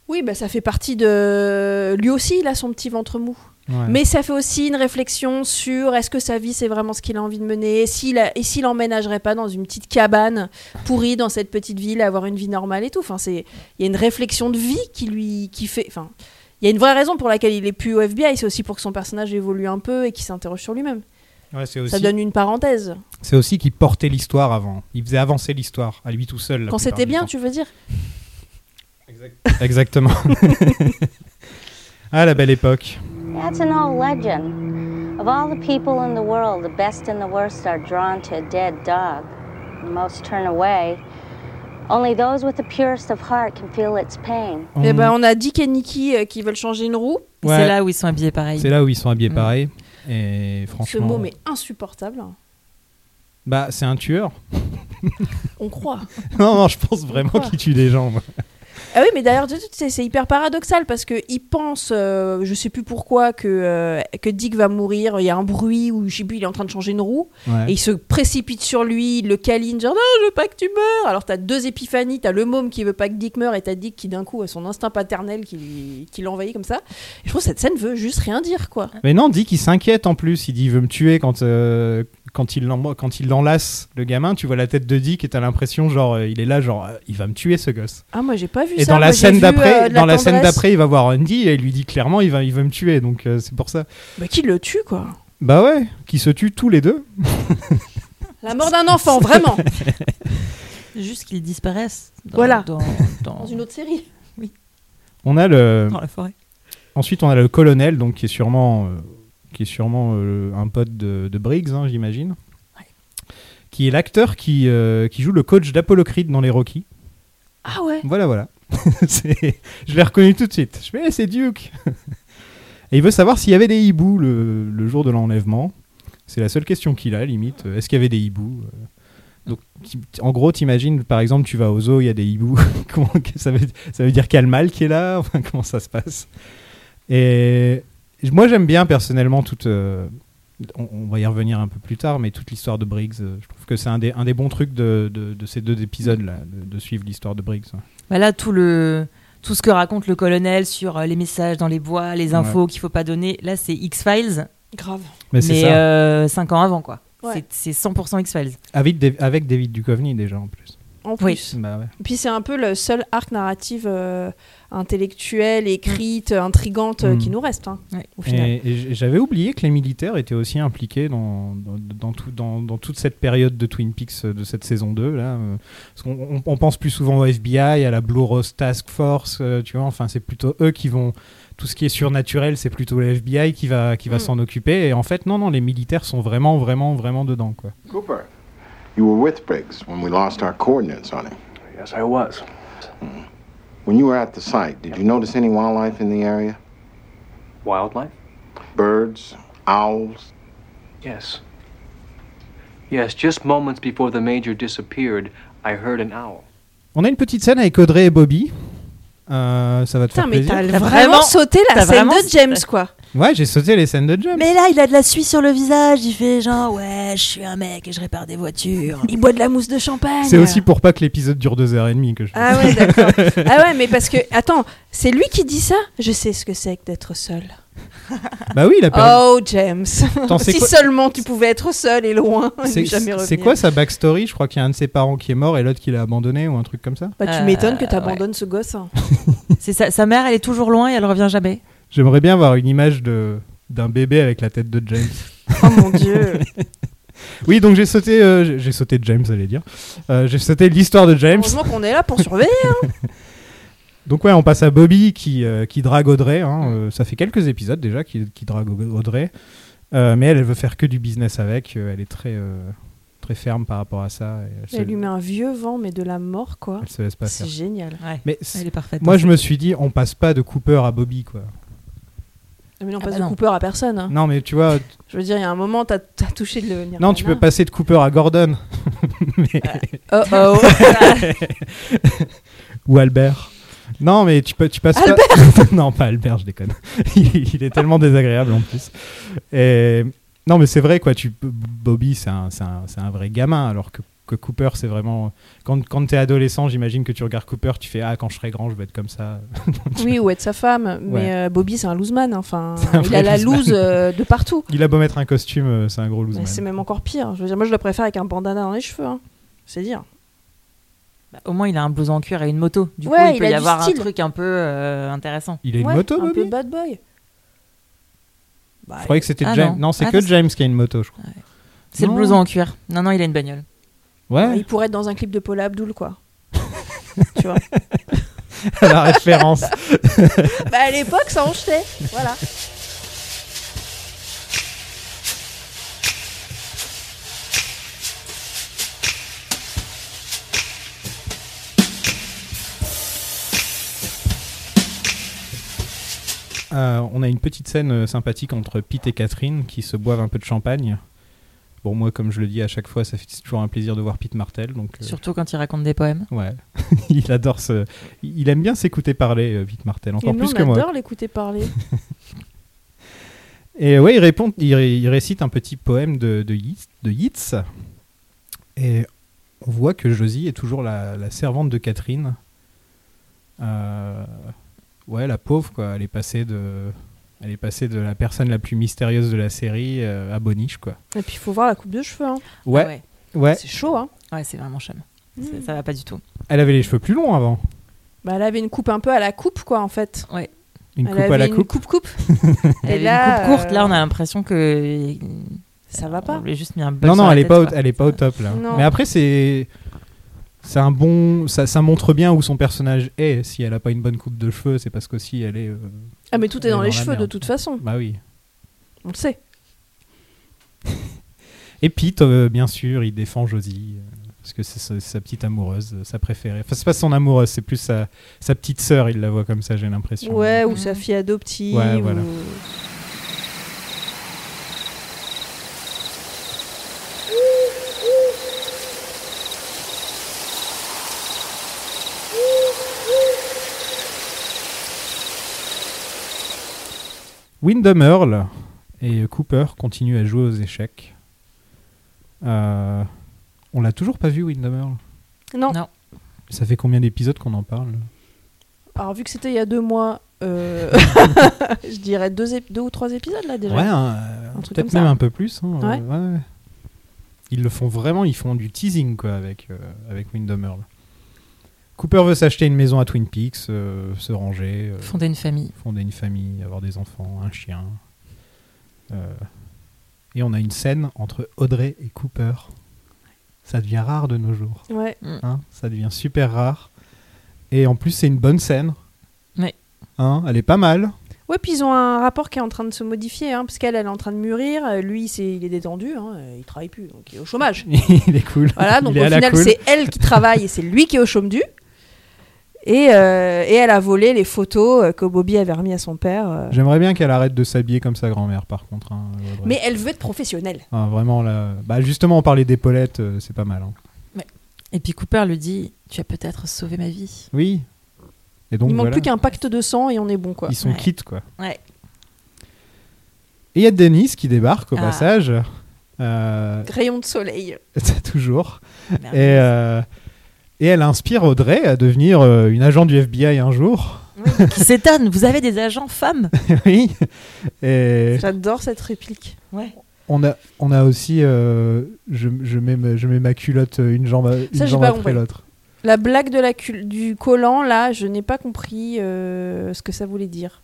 Oui, bah ça fait partie de lui aussi. Il a son petit ventre mou.
Ouais.
Mais ça fait aussi une réflexion sur est-ce que sa vie c'est vraiment ce qu'il a envie de mener s'il a- et s'il emménagerait pas dans une petite cabane pourrie dans cette petite ville, avoir une vie normale et tout. Enfin, c'est il y a une réflexion de vie qui lui qui fait. Enfin, il y a une vraie raison pour laquelle il est plus au FBI. C'est aussi pour que son personnage évolue un peu et qu'il s'interroge sur lui-même.
Ouais, c'est
Ça
aussi,
donne une parenthèse.
c'est aussi qu'il portait l'histoire avant. Il faisait avancer l'histoire à lui tout seul. la
Quand
plupart
c'était
du
bien,
temps.
tu veux dire <laughs>
Exactement. ah, la belle époque.
That's an old legend. Of all the people in the world, the best and the worst are drawn to a dead dog. The most turn away. Only those with the purest of heart can feel its pain.
On-
Eh ben, on a Dick et Nicky euh, qui veulent changer une roue.
Ouais,
C'est là où ils sont habillés pareil.
c'est là où ils sont habillés
Mm.
pareil. Et
Ce
franchement,
mot mais insupportable.
bah, c'est un tueur. <laughs>
On croit.
non, non, je pense vraiment
Pourquoi
qu'il tue des gens. moi.
Ah oui, mais d'ailleurs, tu sais, c'est hyper paradoxal parce que il pense, euh, je sais plus pourquoi, que, euh, que Dick va mourir. Il y a un bruit ou je sais plus, il est en train de changer une roue
Ouais.
et il se précipite sur lui, il le câline, genre non, je veux pas que tu meurs. Alors t'as deux épiphanies, t'as le môme qui veut pas que Dick meure et t'as Dick qui d'un coup a son instinct paternel qui, lui- qui l'envahit comme ça. Et je trouve que cette scène veut juste rien dire quoi.
Mais non, dit qu'il s'inquiète en plus. Il dit il veut me tuer quand, euh, quand, il l'en- quand il l'enlace, le gamin. Tu vois la tête de Dick et t'as l'impression, genre, euh, il est là, genre, euh, il va me tuer ce gosse.
Ah moi j'ai pas vu
Et
ça.
dans la
Moi, j'ai
scène
vu,
d'après,
euh, de
dans la scène
tendresse.
d'après, il va voir Andy et il lui dit clairement, il va, il veut me tuer. Donc euh, c'est pour ça.
Bah, qui le tue quoi
Bah ouais, qui se tuent tous les deux.
La mort d'un
<laughs>
enfant vraiment
Juste qu'ils disparaissent dans,
Voilà.
<laughs> dans, dans- Hum.
dans une autre série.
On a le.
dans la forêt.
Ensuite, on a le colonel, donc qui est sûrement, euh, qui est sûrement euh, un pote de, de Briggs, hein, j'imagine. Qui est l'acteur qui, euh, qui joue le coach d'Apollo Creed dans les Rocky.
Ah ouais.
Voilà, voilà. <laughs> C'est- je l'ai reconnu tout de suite. Je fais, <laughs> Eh, c'est Duke. Et il veut savoir s'il y avait des hiboux le, le jour de l'enlèvement. C'est la seule question qu'il a, limite. Euh, Est-ce qu'il y avait des hiboux Euh, donc, ti- en gros, t'imagines, par exemple, tu vas au zoo, il y a des hiboux. <laughs> comment, que- ça, veut, ça veut dire qu'il y a le mâle qui est là <laughs> Enfin, comment ça se passe Et moi, j'aime bien personnellement toute. euh, on, on va y revenir un peu plus tard, mais toute l'histoire de Briggs, euh, je trouve que c'est un des, un des bons trucs de, de- de ces deux épisodes-là, de, de suivre l'histoire de Briggs. hein.
Voilà tout le tout ce que raconte le colonel sur euh, les messages dans les bois, les infos qu'il faut pas donner. Là, c'est X Files,
Grave.
Mais c'est
mais
ça,
euh, cinq ans avant quoi.
Ouais.
C'est c'est 100% X Files.
avec, Dave- avec David Duchovny déjà en plus.
En
Oui.
plus.
Bah ouais.
Puis c'est un peu le seul arc narratif euh, intellectuel, écrite, intrigante euh,
Mm.
qui nous reste, hein,
Ouais.
au final.
Et, et j- j'avais oublié que les militaires étaient aussi impliqués dans, dans, dans tout, dans, dans toute cette période de Twin Peaks euh, de cette saison 2. Là. euh, Parce qu'on on- on pense plus souvent au FBI, à la Blue Rose Task Force, euh, tu vois, enfin c'est plutôt eux qui vont... Tout ce qui est surnaturel, c'est plutôt le FBI qui va, qui va
Mm.
s'en occuper. Et en fait, non, non, les militaires sont vraiment, vraiment, vraiment dedans. Quoi.
Cooper, you were with Briggs when we lost our coordinates on him.
Yes, I was.
When you were at the site, did you notice any wildlife in the area?
Wildlife?
Birds, owls?
Yes. Yes, just moments before the major disappeared, I heard an owl.
On a une petite scène avec Audrey et Bobby. Euh, ça va te
Putain,
faire
mais
plaisir.
t'as
T'as
vraiment,
vraiment-
sauté la
t'as
scène
vraiment-
de James, quoi.
Ouais, j'ai sauté les scènes de James.
Mais là, il a de la suie sur le visage. Il fait genre ouais, je suis un mec et je répare des voitures.
Il boit de la mousse de champagne.
C'est aussi pour pas que l'épisode dure deux heures et demie que je fais
Ah
<laughs>
ouais, d'accord. ah ouais, mais parce que, attends, c'est lui qui dit ça Je sais ce que c'est que d'être seul.
ça. Bah oui, il a perdu.
Oh, James.
Attends, c'est
<laughs> si
quoi-
seulement tu pouvais être seul et loin, et
C'est-
ne jamais
C'est
revenir.
c'est quoi sa backstory Je crois qu'il y a un de ses parents qui est mort et l'autre qui l'a abandonné ou un truc comme ça.
Bah, tu
Euh,
m'étonnes que t'abandonnes ce
<laughs>
gosse. hein.
<laughs> c'est sa, sa mère, elle est toujours loin et elle revient jamais.
J'aimerais bien avoir une image de d'un bébé avec la tête de James.
<laughs> Oh mon dieu.
Oui, donc j'ai sauté, euh, j'ai- j'ai sauté James, allez dire. Euh, j'ai sauté l'histoire de James.
Heureusement qu'on est là pour surveiller.
Donc ouais, on passe à Bobby qui, euh, qui drague Audrey. hein. Euh, ça fait quelques épisodes déjà qu'il qu'il drague Audrey. Euh, mais elle, elle veut faire que du business avec. Euh, elle est très, euh, très ferme par rapport à ça. et elle, se,
Elle lui met un vieux vent, mais de la mort, quoi.
elle se laisse pas
C'est
faire.
génial.
Mais
Elle
c-
est parfaite.
moi,
hein.
je me suis dit, on passe pas de Cooper à Bobby, quoi.
Mais on
Ah
passe
bah
de
non.
Cooper à personne. hein.
Non, mais tu vois,
Je veux dire, il y a un moment, t'as t'as touché le. Nirvana.
non, tu peux passer de Cooper à Gordon.
Oh oh.
<laughs> Ou Albert. Non, mais tu, peux, tu passes pas. <laughs> non, pas Albert, je déconne. il il est tellement désagréable en plus. Et... Non, mais c'est vrai, quoi. Tu... Bobby, c'est un, c'est un- c'est un vrai gamin, alors que, que Cooper, c'est vraiment. Quand, quand t'es adolescent, j'imagine que tu regardes Cooper, tu fais Ah, quand je serai grand, je vais être comme ça.
oui, ou être sa femme. Mais
Ouais.
euh, Bobby, c'est un loose man. Enfin,
<laughs> C'est un
il
vrai
a la
loose man.
loose euh, de partout.
Il a beau mettre un costume, euh, c'est un gros loser.
Mais c'est même encore pire. Je veux dire, moi, je le préfère avec un bandana dans les cheveux. hein. C'est dire.
Bah, au moins, il a un blouson en cuir et une moto. Du
Ouais,
coup, il,
il
peut
a
y
du
avoir
style.
un truc un peu euh, intéressant.
Il a une
Ouais,
moto,
Un peu
Bobby
bad boy. Bah,
Je croyais que c'était
Ah,
James. Non,
non.
c'est
Ah,
que
non, c'est-
James qui a une moto, je crois.
C'est le
Non.
blouson en cuir. Non, non, il a une bagnole.
Ouais,
Il pourrait être dans un clip de Paula Abdul, quoi.
<laughs>
tu vois.
la référence.
Bah, à l'époque, ça en jetait. Voilà.
Euh, on a une petite scène euh, sympathique entre Pete et Catherine qui se boivent un peu de champagne. Bon, moi, comme je le dis à chaque fois, ça fait c'est toujours un plaisir de voir Pete Martel. Donc, euh,
Surtout quand il raconte des poèmes.
ouais, <laughs> il adore ce. Il aime bien s'écouter parler, euh, Pete Martel, encore
Et nous,
plus
on
que moi.
adore l'écouter parler.
Et ouais, il répond, il, ré- il récite un petit poème de, de, Yeats, de Yeats. Et on voit que Josie est toujours la, la servante de Catherine. Euh, ouais, la pauvre, quoi. Elle est passée de. Elle est passée de la personne la plus mystérieuse de la série euh, à Boniche, quoi.
Et puis, il faut voir la coupe de cheveux. hein.
Ah
Ouais,
ouais.
ouais.
C'est chaud, hein.
Ouais, c'est vraiment chum.
Mm.
C'est- Ça va pas du tout.
Elle avait les cheveux plus longs avant.
Bah, elle avait une coupe un peu à la coupe, quoi, en fait.
Une
elle
coupe
avait
à la
une
coupe.
coupe-coupe.
<laughs>
Elle avait
Et là,
une coupe courte.
euh,
Là, on a l'impression que
Ça va
On
pas.
lui a juste mis un bug
Non,
sur
non,
la
elle est,
tête,
pas au,
quoi.
elle est pas au top là.
Non.
Mais après, c'est. C'est un bon. Ça, ça montre bien où son personnage est. Si elle a pas une bonne coupe de cheveux, c'est parce qu'aussi elle est. euh,
Ah, mais tout est
elle
dans les
la
cheveux, de
merde.
toute façon.
Bah oui.
On le sait.
Et Pete, euh, bien sûr, il défend Josie. euh, Parce que c'est sa, sa petite amoureuse, euh, sa préférée. Enfin, c'est pas son amoureuse, c'est plus sa, sa petite sœur, il la voit comme ça, j'ai l'impression.
Ouais, ou
Mhm.
sa fille adoptive.
Ouais, voilà.
ou-
Wyndham Earl et euh, Cooper continuent à jouer aux échecs. Euh, on l'a toujours pas vu, Wyndham Earl.
Non.
Non.
Ça fait combien d'épisodes qu'on en parle
Alors, vu que c'était il y a deux mois,
<laughs>
euh, je dirais deux, ép- deux ou trois épisodes là déjà.
Ouais, un-
Un truc
peut-être
comme
même
ça.
un peu plus. hein,
Ouais.
euh, ouais. Ils le font vraiment, ils font du teasing quoi avec, euh, avec Wyndham Earl. Cooper veut s'acheter une maison à Twin Peaks, euh, se ranger, euh,
Fonder une famille.
fonder une famille, avoir des enfants, un chien. Euh, et on a une scène entre Audrey et Cooper. Ça devient rare de nos jours.
Ouais.
hein. ça devient super rare. Et en plus, c'est une bonne scène.
Ouais.
Hein, elle est pas mal. <laughs>
Ouais, puis ils ont un rapport qui est en train de se modifier, hein, parce qu'elle, elle est en train de mûrir. euh, Lui, c'est, il est détendu, hein, euh, il travaille plus, donc il est au chômage.
Il est cool.
Voilà,
<laughs>
donc
Il est
au
à la
final,
cool.
c'est elle qui travaille et c'est lui qui est au chôme du. Et, euh, et elle a volé les photos euh, que Bobby avait remis à son père. euh.
J'aimerais bien qu'elle arrête de s'habiller comme sa grand-mère, par contre. hein, Audrey.
Mais elle veut être professionnelle.
Ah, vraiment, là. Bah, justement, on parlait d'épaulettes, euh, c'est pas mal. hein.
Et puis Cooper lui dit Tu as peut-être sauvé ma vie.
Oui. Et donc,
il manque
voilà,
plus qu'un pacte de sang et on est bon, quoi.
ils sont
Ouais.
quittes, quoi.
Ouais.
Et il y a Denise qui débarque au
Ah.
passage. Euh, <laughs>
Rayon de soleil.
toujours.
Ah,
Et, euh, et elle inspire Audrey à devenir euh, une agent du FBI un jour. <laughs>
Qui s'étonne Vous avez des agents femmes
oui. Et
J'adore cette réplique.
Ouais.
on a, on a aussi. euh, je, je mets, ma- je mets ma culotte euh, une jambe, à- une
j'ai
jambe
pas
après
compris.
l'autre.
La blague de la cul- du collant, là, je n'ai pas compris euh, ce que ça voulait dire.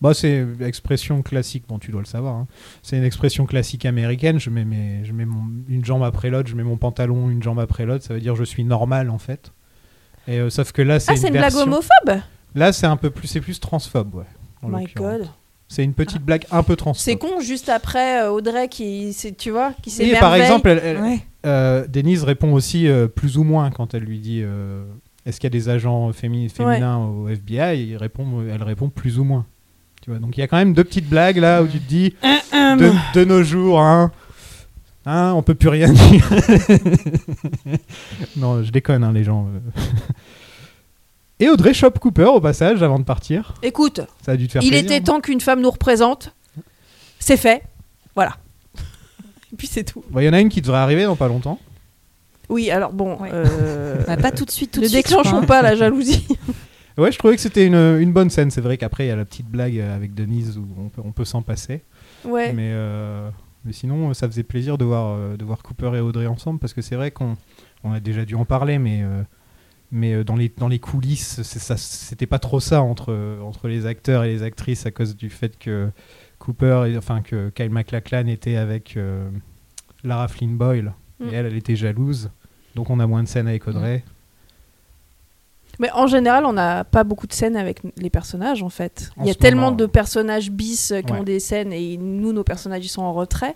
Bah, c'est une expression classique, bon, tu dois le savoir. hein. C'est une expression classique américaine. Je mets, mes- je mets mon- une jambe après l'autre, je mets mon pantalon une jambe après l'autre. Ça veut dire je suis normal en fait. Et, euh, sauf que là, c'est
Ah, c'est une blague
version-
homophobe
Là, c'est un peu plus, c'est plus transphobe, ouais. en
My
l'occurrence.
God. Ah.
C'est une petite blague un peu transphobe.
C'est con, juste après euh, Audrey qui, c'est- tu vois,
Oui,
qui s'émerveille.
par exemple, elle- elle-
Ouais.
euh, Denise répond aussi euh, plus ou moins quand elle lui dit euh, est-ce qu'il y a des agents fémi- féminins au FBI Il répond, Elle répond plus ou moins. Tu vois, donc il y a quand même deux petites blagues là où tu te dis de, de nos jours, hein, hein, on peut plus rien dire. <laughs> non, je déconne, hein, les gens. euh. <laughs> Et Audrey chope Cooper au passage avant de partir.
Écoute,
Ça a dû te faire
il
plaisir.
était temps qu'une femme nous représente. C'est fait. Voilà. Et puis c'est tout.
hein. Bon, Il y en a une qui devrait arriver dans pas longtemps.
Oui, alors bon.
Ouais.
<laughs> euh,
Bah, pas tout de suite, tout
ne
de suite.
déclenchons
quoi.
pas la jalousie.
Ouais, je trouvais que c'était une, une bonne scène. C'est vrai qu'après, il y a la petite blague euh, avec Denise où on peut, on peut s'en passer.
ouais.
Mais, euh, mais sinon, euh, ça faisait plaisir de voir, euh, de voir Cooper et Audrey ensemble parce que c'est vrai qu'on on a déjà dû en parler, mais, euh, mais euh, dans, les, dans les coulisses, c'est ça- c'était pas trop ça entre, euh, entre les acteurs et les actrices à cause du fait que Cooper, et, enfin que Kyle MacLachlan était avec euh, Lara Flynn Boyle
Mm.
et elle, elle était jalouse. Donc on a moins de scènes avec Audrey.
Mais en général, on n'a pas beaucoup de scènes avec n- les personnages, en fait.
En
Il y a
ce
tellement
moment,
de
ouais.
personnages bis euh, qui
Ouais.
ont des scènes et nous, nos personnages, ils sont en retrait.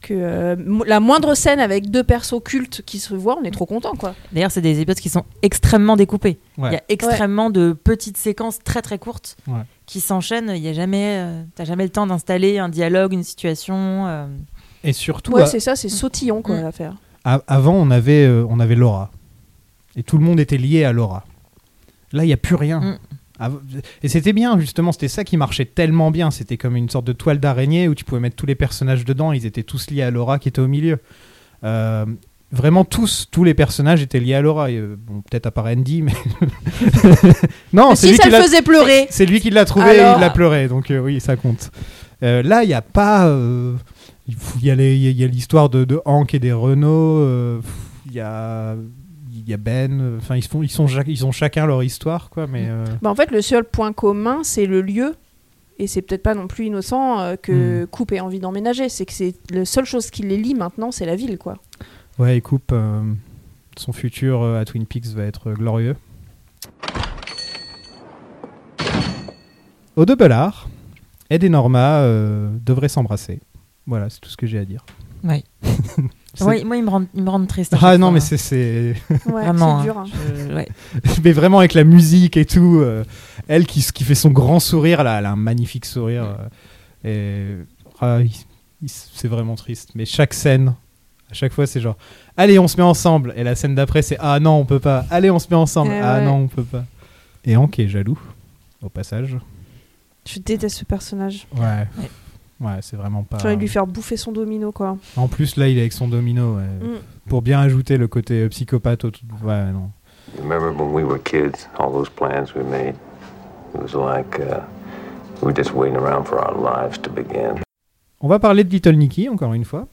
Que euh, mo- la moindre scène avec deux persos cultes qui se voient, on est trop content, quoi.
D'ailleurs, c'est des épisodes qui sont extrêmement découpés.
Ouais.
Il y a extrêmement de petites séquences très très courtes
Ouais.
qui s'enchaînent. Il y a jamais, euh, t'as jamais le temps d'installer un dialogue, une situation. euh.
Et surtout,
ouais,
à-
c'est ça, c'est sautillon, quoi,
Mm.
l'affaire.
A- Avant, on avait, euh, on avait Laura. Et tout le monde était lié à Laura. Là, il n'y a plus rien.
Mm.
Av- Et c'était bien, justement. C'était ça qui marchait tellement bien. C'était comme une sorte de toile d'araignée où tu pouvais mettre tous les personnages dedans. Ils étaient tous liés à Laura qui était au milieu. Euh, vraiment tous, tous les personnages étaient liés à Laura. Et, euh, bon, peut-être à part Andy, mais. <laughs> non,
Mais
c'est
si
lui
ça
qui
le
l'a
faisait pleurer
c'est lui qui l'a trouvé et
Alors-
il l'a pleuré, donc euh, oui, ça compte. Euh, là, il n'y a pas. euh, Il faut- il y a les- il y a- il y a l'histoire de, de Hank et des Renault. euh, pff, Il y a. Il y a Ben, euh, enfin ils, se font- ils, sont ja- ils ont chacun leur histoire, quoi, mais euh,
Bah, en fait, le seul point commun, c'est le lieu. Et c'est peut-être pas non plus innocent euh, que
Mm.
Coupe ait envie d'emménager. C'est que c'est la seule chose qui les lie maintenant, c'est la
<laughs>
ville, quoi.
ouais, écoute, euh, son futur euh, à Twin Peaks va être euh, glorieux. Au double art, Ed et Norma euh, devraient s'embrasser. Voilà, c'est tout ce que j'ai à dire.
Ouais.
C'est-
Ouais, moi, ils me rendent, ils me rendent triste. à
ah
chaque
non,
fois,
mais
hein.
c'est- c'est.
Ouais,
Vraiment,
c'est
hein.
dur. hein.
Je- ouais.
<laughs> mais vraiment avec la musique et tout. euh, elle qui, s- qui fait son grand sourire, là, elle a un magnifique sourire. euh, et ah, il- il- c'est vraiment triste. Mais chaque scène, à chaque fois, c'est genre Allez, on se met ensemble. Et la scène d'après, c'est Ah non, on peut pas. Allez, on se met ensemble.
Eh
ah
ouais.
non, on peut pas. Et Hank est jaloux, au passage.
Je déteste ce personnage.
Ouais. Bah, Ouais, c'est vraiment pas.
J'aurais de lui faire bouffer son domino, quoi.
En plus, là, il est avec son domino. ouais.
Mm.
Pour bien ajouter le côté euh, psychopathe. au- Ouais, non.
Remember when we were kids, all those plans we made? It was like uh, we were just waiting around for our lives to begin.
On va parler de Little Nicky, encore une fois.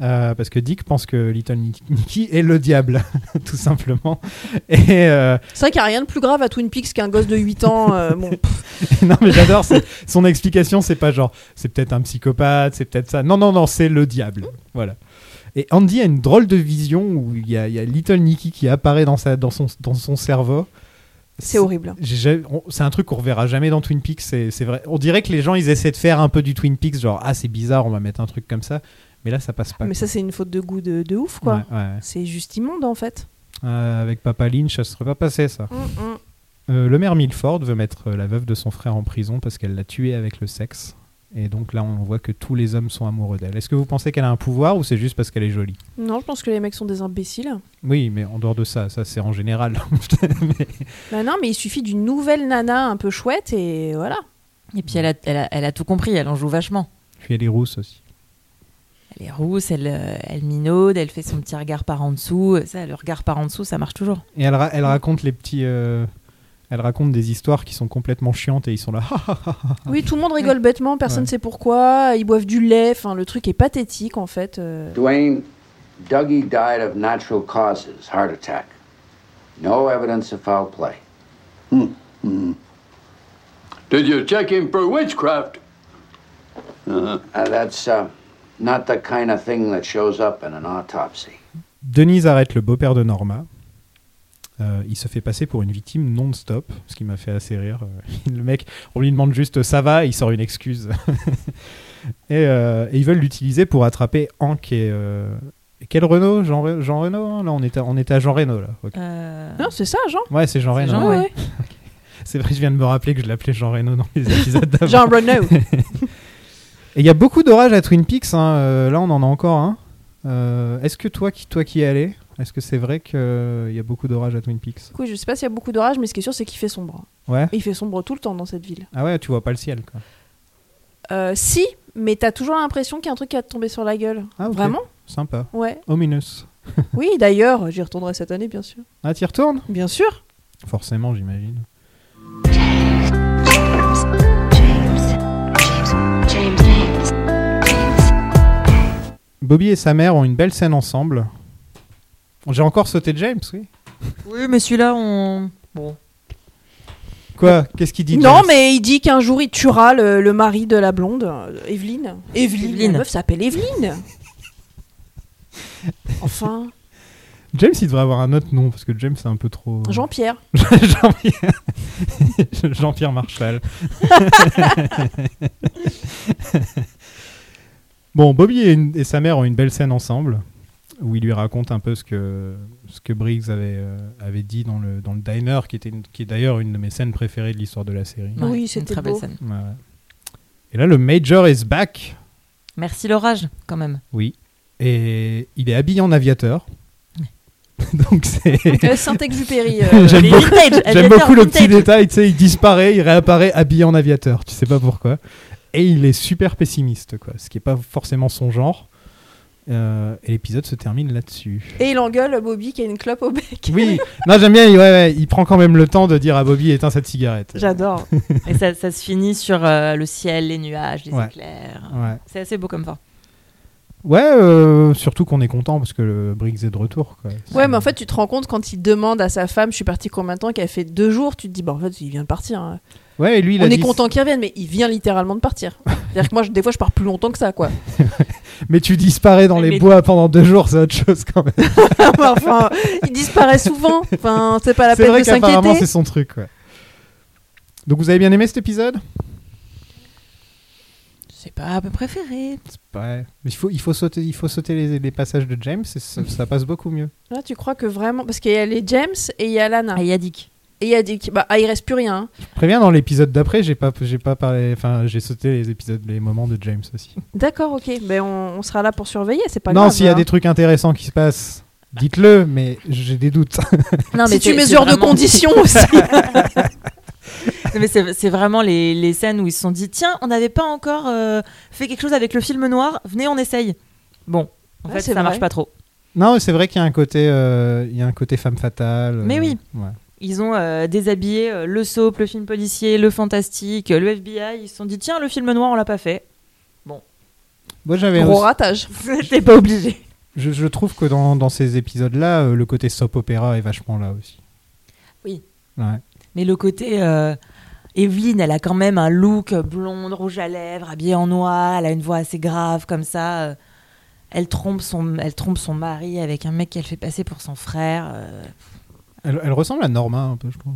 Euh, parce que Dick pense que Little Nick- Nicky est le diable, <laughs> tout simplement. Et euh, <laughs>
C'est vrai qu'il n'y a rien de plus grave à Twin Peaks qu'un gosse de 8 ans. euh, bon, pff,
non, mais j'adore c'est- son explication. C'est pas genre, c'est peut-être un psychopathe, c'est peut-être ça. Non, non, non, c'est le diable. Voilà. Et Andy a une drôle de vision où il y, a il y a Little Nicky qui apparaît dans, sa, dans, son, dans son cerveau.
c'est horrible.
J'ai jamais- on- C'est un truc qu'on reverra jamais dans Twin Peaks, c'est c'est vrai. On dirait que les gens ils essaient de faire un peu du Twin Peaks, genre ah c'est bizarre, on va mettre un truc comme ça, mais là ça passe pas.
Ah, Mais ça, c'est une faute de goût de, de ouf, quoi.
Ouais, ouais.
C'est juste immonde, en fait.
Euh, avec Papa Lynch, ça serait pas passé ça.
Mm, mm.
Euh, le maire Milford veut mettre euh, la veuve de son frère en prison parce qu'elle l'a tué avec le sexe. Et donc là, on voit que tous les hommes sont amoureux d'elle. Est-ce que vous pensez qu'elle a un pouvoir ou c'est juste parce qu'elle est jolie
Non, je pense que les mecs sont des imbéciles.
Oui, mais en dehors de ça, ça c'est en général. <laughs> Mais-
Bah non, mais il suffit d'une nouvelle nana un peu chouette et voilà.
Et puis elle a, elle, a, elle a tout compris, elle en joue vachement.
Puis elle est rousse aussi.
Elle est rousse, elle, euh, elle minaude, elle fait son petit regard par en dessous. Ça, le regard par en dessous, ça marche toujours.
Et elle, ra- elle raconte les petits. euh, elle raconte des histoires qui sont complètement chiantes et ils sont là. <laughs> Ah, ah, ah, ah.
Oui, tout le monde rigole bêtement, personne
Ouais.
sait pourquoi. Ils boivent du lait, enfin, le truc est pathétique, en fait. euh.
Dwayne, Dougie died of natural causes, heart attack. No evidence of foul play.
Did you check him for witchcraft?
Uh, that's uh, not the kind of thing that shows up in an autopsy.
Denise arrête le beau-père de Norma. Euh, il se fait passer pour une victime non-stop, ce qui m'a fait assez rire. Euh, <laughs> Le mec, on lui demande juste ça va, et il sort une excuse. <laughs> et, euh, et ils veulent l'utiliser pour attraper Hank et. euh, et quel Renault Jean, Re- Jean Renault hein Là, on était, on était à Jean Renault. Là. Ok.
Euh,
Non, c'est ça, Jean.
Ouais, c'est Jean
C'est
Reno.
Jean,
Ouais,
ouais.
ouais.
C'est vrai, je viens de me rappeler que je l'appelais Jean Reno dans les épisodes d'avant.
Jean Renault.
Et il y a beaucoup d'orages à Twin Peaks. hein, euh, là, on en a encore un. Euh, est-ce que toi qui, toi qui y es allé, est-ce que c'est vrai qu'il y a beaucoup d'orages à Twin Peaks
Du coup, je sais pas s'il y a beaucoup d'orages, mais ce qui est sûr, c'est qu'il fait sombre.
Ouais.
Il fait sombre tout le temps dans cette ville.
Ah ouais, tu vois pas le ciel. Quoi.
Euh, si, mais t'as toujours l'impression qu'il y a un truc qui va te tomber sur la gueule.
Ah, ok.
Vraiment
Sympa.
Ouais.
Ominous.
Oui, d'ailleurs, j'y retournerai cette année, bien sûr.
Ah, t'y retournes
Bien sûr.
Forcément, j'imagine. Bobby et sa mère ont une belle scène ensemble. J'ai encore sauté James, oui.
<laughs> Oui, mais celui-là, on. Bon.
Quoi Qu'est-ce qu'il dit
non,
James
mais il dit qu'un jour, il tuera le, le mari de la blonde, euh, Evelyne. Evelyne.
Evelyne.
La meuf s'appelle <laughs> Evelyne. Enfin,
James, il devrait avoir un autre nom parce que James, c'est un peu trop. euh, <laughs>
Jean-Pierre.
Jean-Pierre <laughs> Jean-Pierre Marshall. <laughs> bon, Bobby et, une- et sa mère ont une belle scène ensemble où il lui raconte un peu ce que, ce que Briggs avait, euh, avait dit dans le, dans le diner, qui, était une- qui est d'ailleurs une de mes scènes préférées de l'histoire de la série.
Oui,
Ouais, une
c'était
très belle
beau.
scène.
Ouais. Et là, le Major is back.
Merci l'orage, quand même.
Oui. Et il est habillé en aviateur. <laughs> Donc c'est.
Euh, Saint-Exupéry. euh,
<laughs> J'aime
Les
beaucoup-
vintage,
J'aime
aviateur
beaucoup le petit
vintage.
détail, tu sais, il disparaît, il réapparaît habillé en aviateur, tu sais pas pourquoi. Et il est super pessimiste, quoi, ce qui est pas forcément son genre. Euh, et l'épisode se termine
<laughs>
là-dessus.
Et il engueule Bobby qui a une clope au bec.
Oui, non, j'aime bien, il- ouais, ouais, il prend quand même le temps de dire à Bobby éteins cette cigarette.
J'adore.
Et ça, ça se finit sur euh, le ciel, les nuages, les
Ouais.
éclairs.
Ouais,
C'est assez beau comme fin.
ouais euh, surtout qu'on est content parce que le Briggs est de retour. Quoi.
Ouais, mais en fait, tu te rends compte quand il demande à sa femme, je suis parti combien de temps, qu'elle fait deux jours, tu te dis, bah en fait, il vient de partir. hein.
Ouais, et lui, il a
On est
dit-
content qu'il revienne, mais il vient littéralement de partir. C'est-à-dire que moi, je- des fois, je pars plus longtemps que ça, <laughs> quoi.
Mais tu disparais dans les
Mais-
bois pendant deux jours, c'est autre chose quand même.
enfin, il disparaît souvent. Enfin, c'est pas la
C'est
peine
vrai
de
qu'apparemment c'est
s'inquiéter.
son truc. ouais. Donc vous avez bien aimé cet épisode
C'est pas ma préférée.
Ouais. Mais il faut, il faut sauter, il faut sauter les, les passages de James, et ça, ça passe beaucoup mieux.
Là, tu crois que vraiment. Parce qu'il y a les James et il y a Lana.
Ah, Yadik.
Et il y a des. Bah, ah, il reste plus rien. hein.
Je préviens, dans l'épisode d'après, j'ai pas, j'ai pas parlé, enfin, j'ai sauté les épisodes, les moments de James aussi.
D'accord, ok. Mais on, on sera là pour surveiller, c'est pas grave.
non, s'il y a
hein.
des trucs intéressants qui se passent, dites-le, mais j'ai des doutes. <laughs>
Non,
Si tu
c'est- <laughs>
mesures
c'est
de
vraiment-
conditions aussi.
Non, mais c'est c'est vraiment les, les scènes où ils se sont dit tiens, on n'avait pas encore euh, fait quelque chose avec le film noir, venez, on essaye. Bon, en
Ouais,
fait,
c'est
ça marche
vrai.
pas trop.
Non, c'est vrai qu'il y a un côté, euh, il y a un côté femme fatale. euh,
Mais oui.
ouais.
Ils ont euh, déshabillé euh, le soap, le film policier, le fantastique, euh, le FBI. Ils se sont dit tiens, le film noir, on l'a pas fait.
Moi, j'avais
Gros
aussi-
ratage. T'es pas obligé.
Je, je trouve que dans, dans ces épisodes-là, euh, le côté soap opéra est vachement là aussi.
Oui.
Ouais.
Mais le côté. euh, Evelyne, elle a quand même un look blonde, rouge à lèvres, habillée en noir, elle a une voix assez grave comme ça. euh, Elle trompe son, elle trompe son mari avec un mec qu'elle fait passer pour son frère. euh.
Elle, elle ressemble à Norma un peu, je trouve.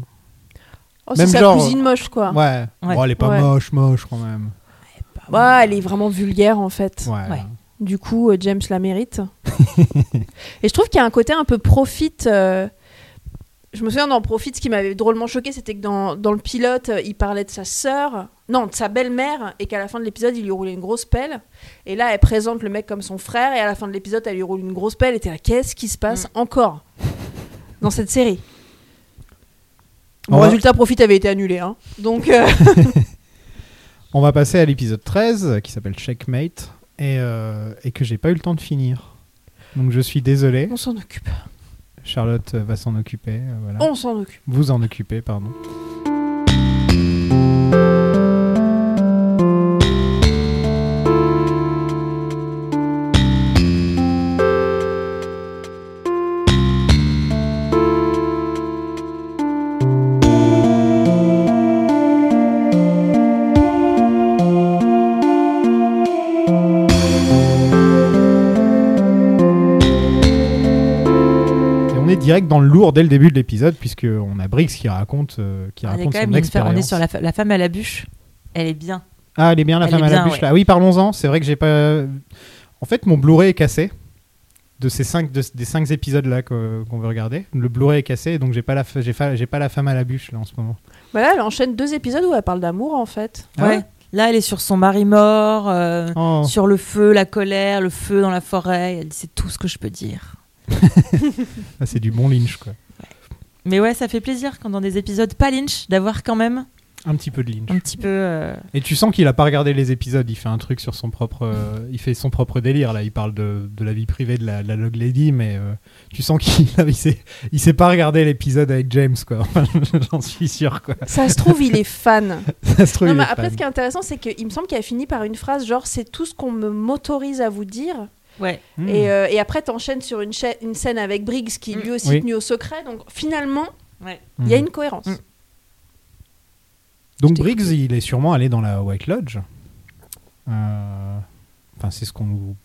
Oh, c'est sa cousine moche, quoi.
Ouais.
Ah. Ouais.
Bon, elle est pas
Ouais.
moche, moche quand même.
Bah, elle est vraiment vulgaire en fait.
Ouais. Ouais.
Du coup, euh, James la mérite. <laughs> Et je trouve qu'il y a un côté un peu profit. euh, Je me souviens dans Profit, ce qui m'avait drôlement choqué, c'était que dans, dans le pilote, euh, il parlait de sa sœur, non, de sa belle-mère, et qu'à la fin de l'épisode, il lui roulait une grosse pelle. Et là, elle présente le mec comme son frère, et à la fin de l'épisode, elle lui roule une grosse pelle. Et t'es là, qu'est-ce qui se passe encore <laughs> dans cette série
On
Bon,
va-
résultat, Profit avait été annulé. Hein. Donc. euh,
On va passer à l'épisode 13 euh, qui s'appelle Checkmate et, euh, et que j'ai pas eu le temps de finir. Donc je suis désolé.
<laughs> On s'en occupe.
Charlotte euh, va s'en occuper. euh, voilà.
Oh.
On s'en occupe.
Vous en occupez, pardon. Et on est direct dans le lourd dès le début de l'épisode puisque on a Briggs qui raconte, euh, qui
Elle est
raconte
quand même
son
une fer-
expérience.
on est sur la, fa- la femme à la bûche. Elle est bien.
Ah, elle est bien la
Elle
femme
est
à la
bien,
bûche
ouais.
là. Oui, parlons-en. C'est vrai que j'ai pas. En fait, mon Blu-ray est cassé de ces cinq de- des cinq épisodes là qu'on qu'on veut regarder. Le Blu-ray est cassé, donc j'ai pas la fa- j'ai fa- j'ai pas la femme à la bûche là en ce moment.
Voilà, elle enchaîne deux épisodes où elle parle d'amour en fait.
Ah ouais
Là, elle est sur son mari mort, euh, <laughs>
Oh.
sur le feu, la colère, le feu dans la forêt. Elle dit c'est tout ce que je peux dire.
Ah, c'est du bon Lynch quoi.
Mais ouais, ça fait plaisir quand dans des épisodes pas Lynch d'avoir quand même
Un petit peu de Lynch.
un petit peu. euh,
Et tu sens qu'il a pas regardé les épisodes. Il fait un truc sur son propre. euh, il fait son propre délire là. Il parle de, de la vie privée de la, de la log lady, mais euh, tu sens qu'il <laughs> il s'est il s'est pas regardé l'épisode avec James quoi. <laughs> Enfin, J'en suis sûr quoi.
Ça se trouve, il est <laughs> fan.
Ça se trouve.
non,
il
mais
est
après,
fan.
ce qui est intéressant, c'est qu'il me semble qu'elle finit par une phrase genre c'est tout ce qu'on me m'autorise à vous dire.
Ouais.
Hmm.
Et, euh, et après, t'enchaînes sur une, cha- une scène avec Briggs qui lui aussi
Oui.
est tenu au secret. Donc finalement,
Ouais.
il y a
Mm.
une cohérence.
Donc Briggs, il est sûrement allé dans la White Lodge. Euh, Enfin, c'est ce qu'on nous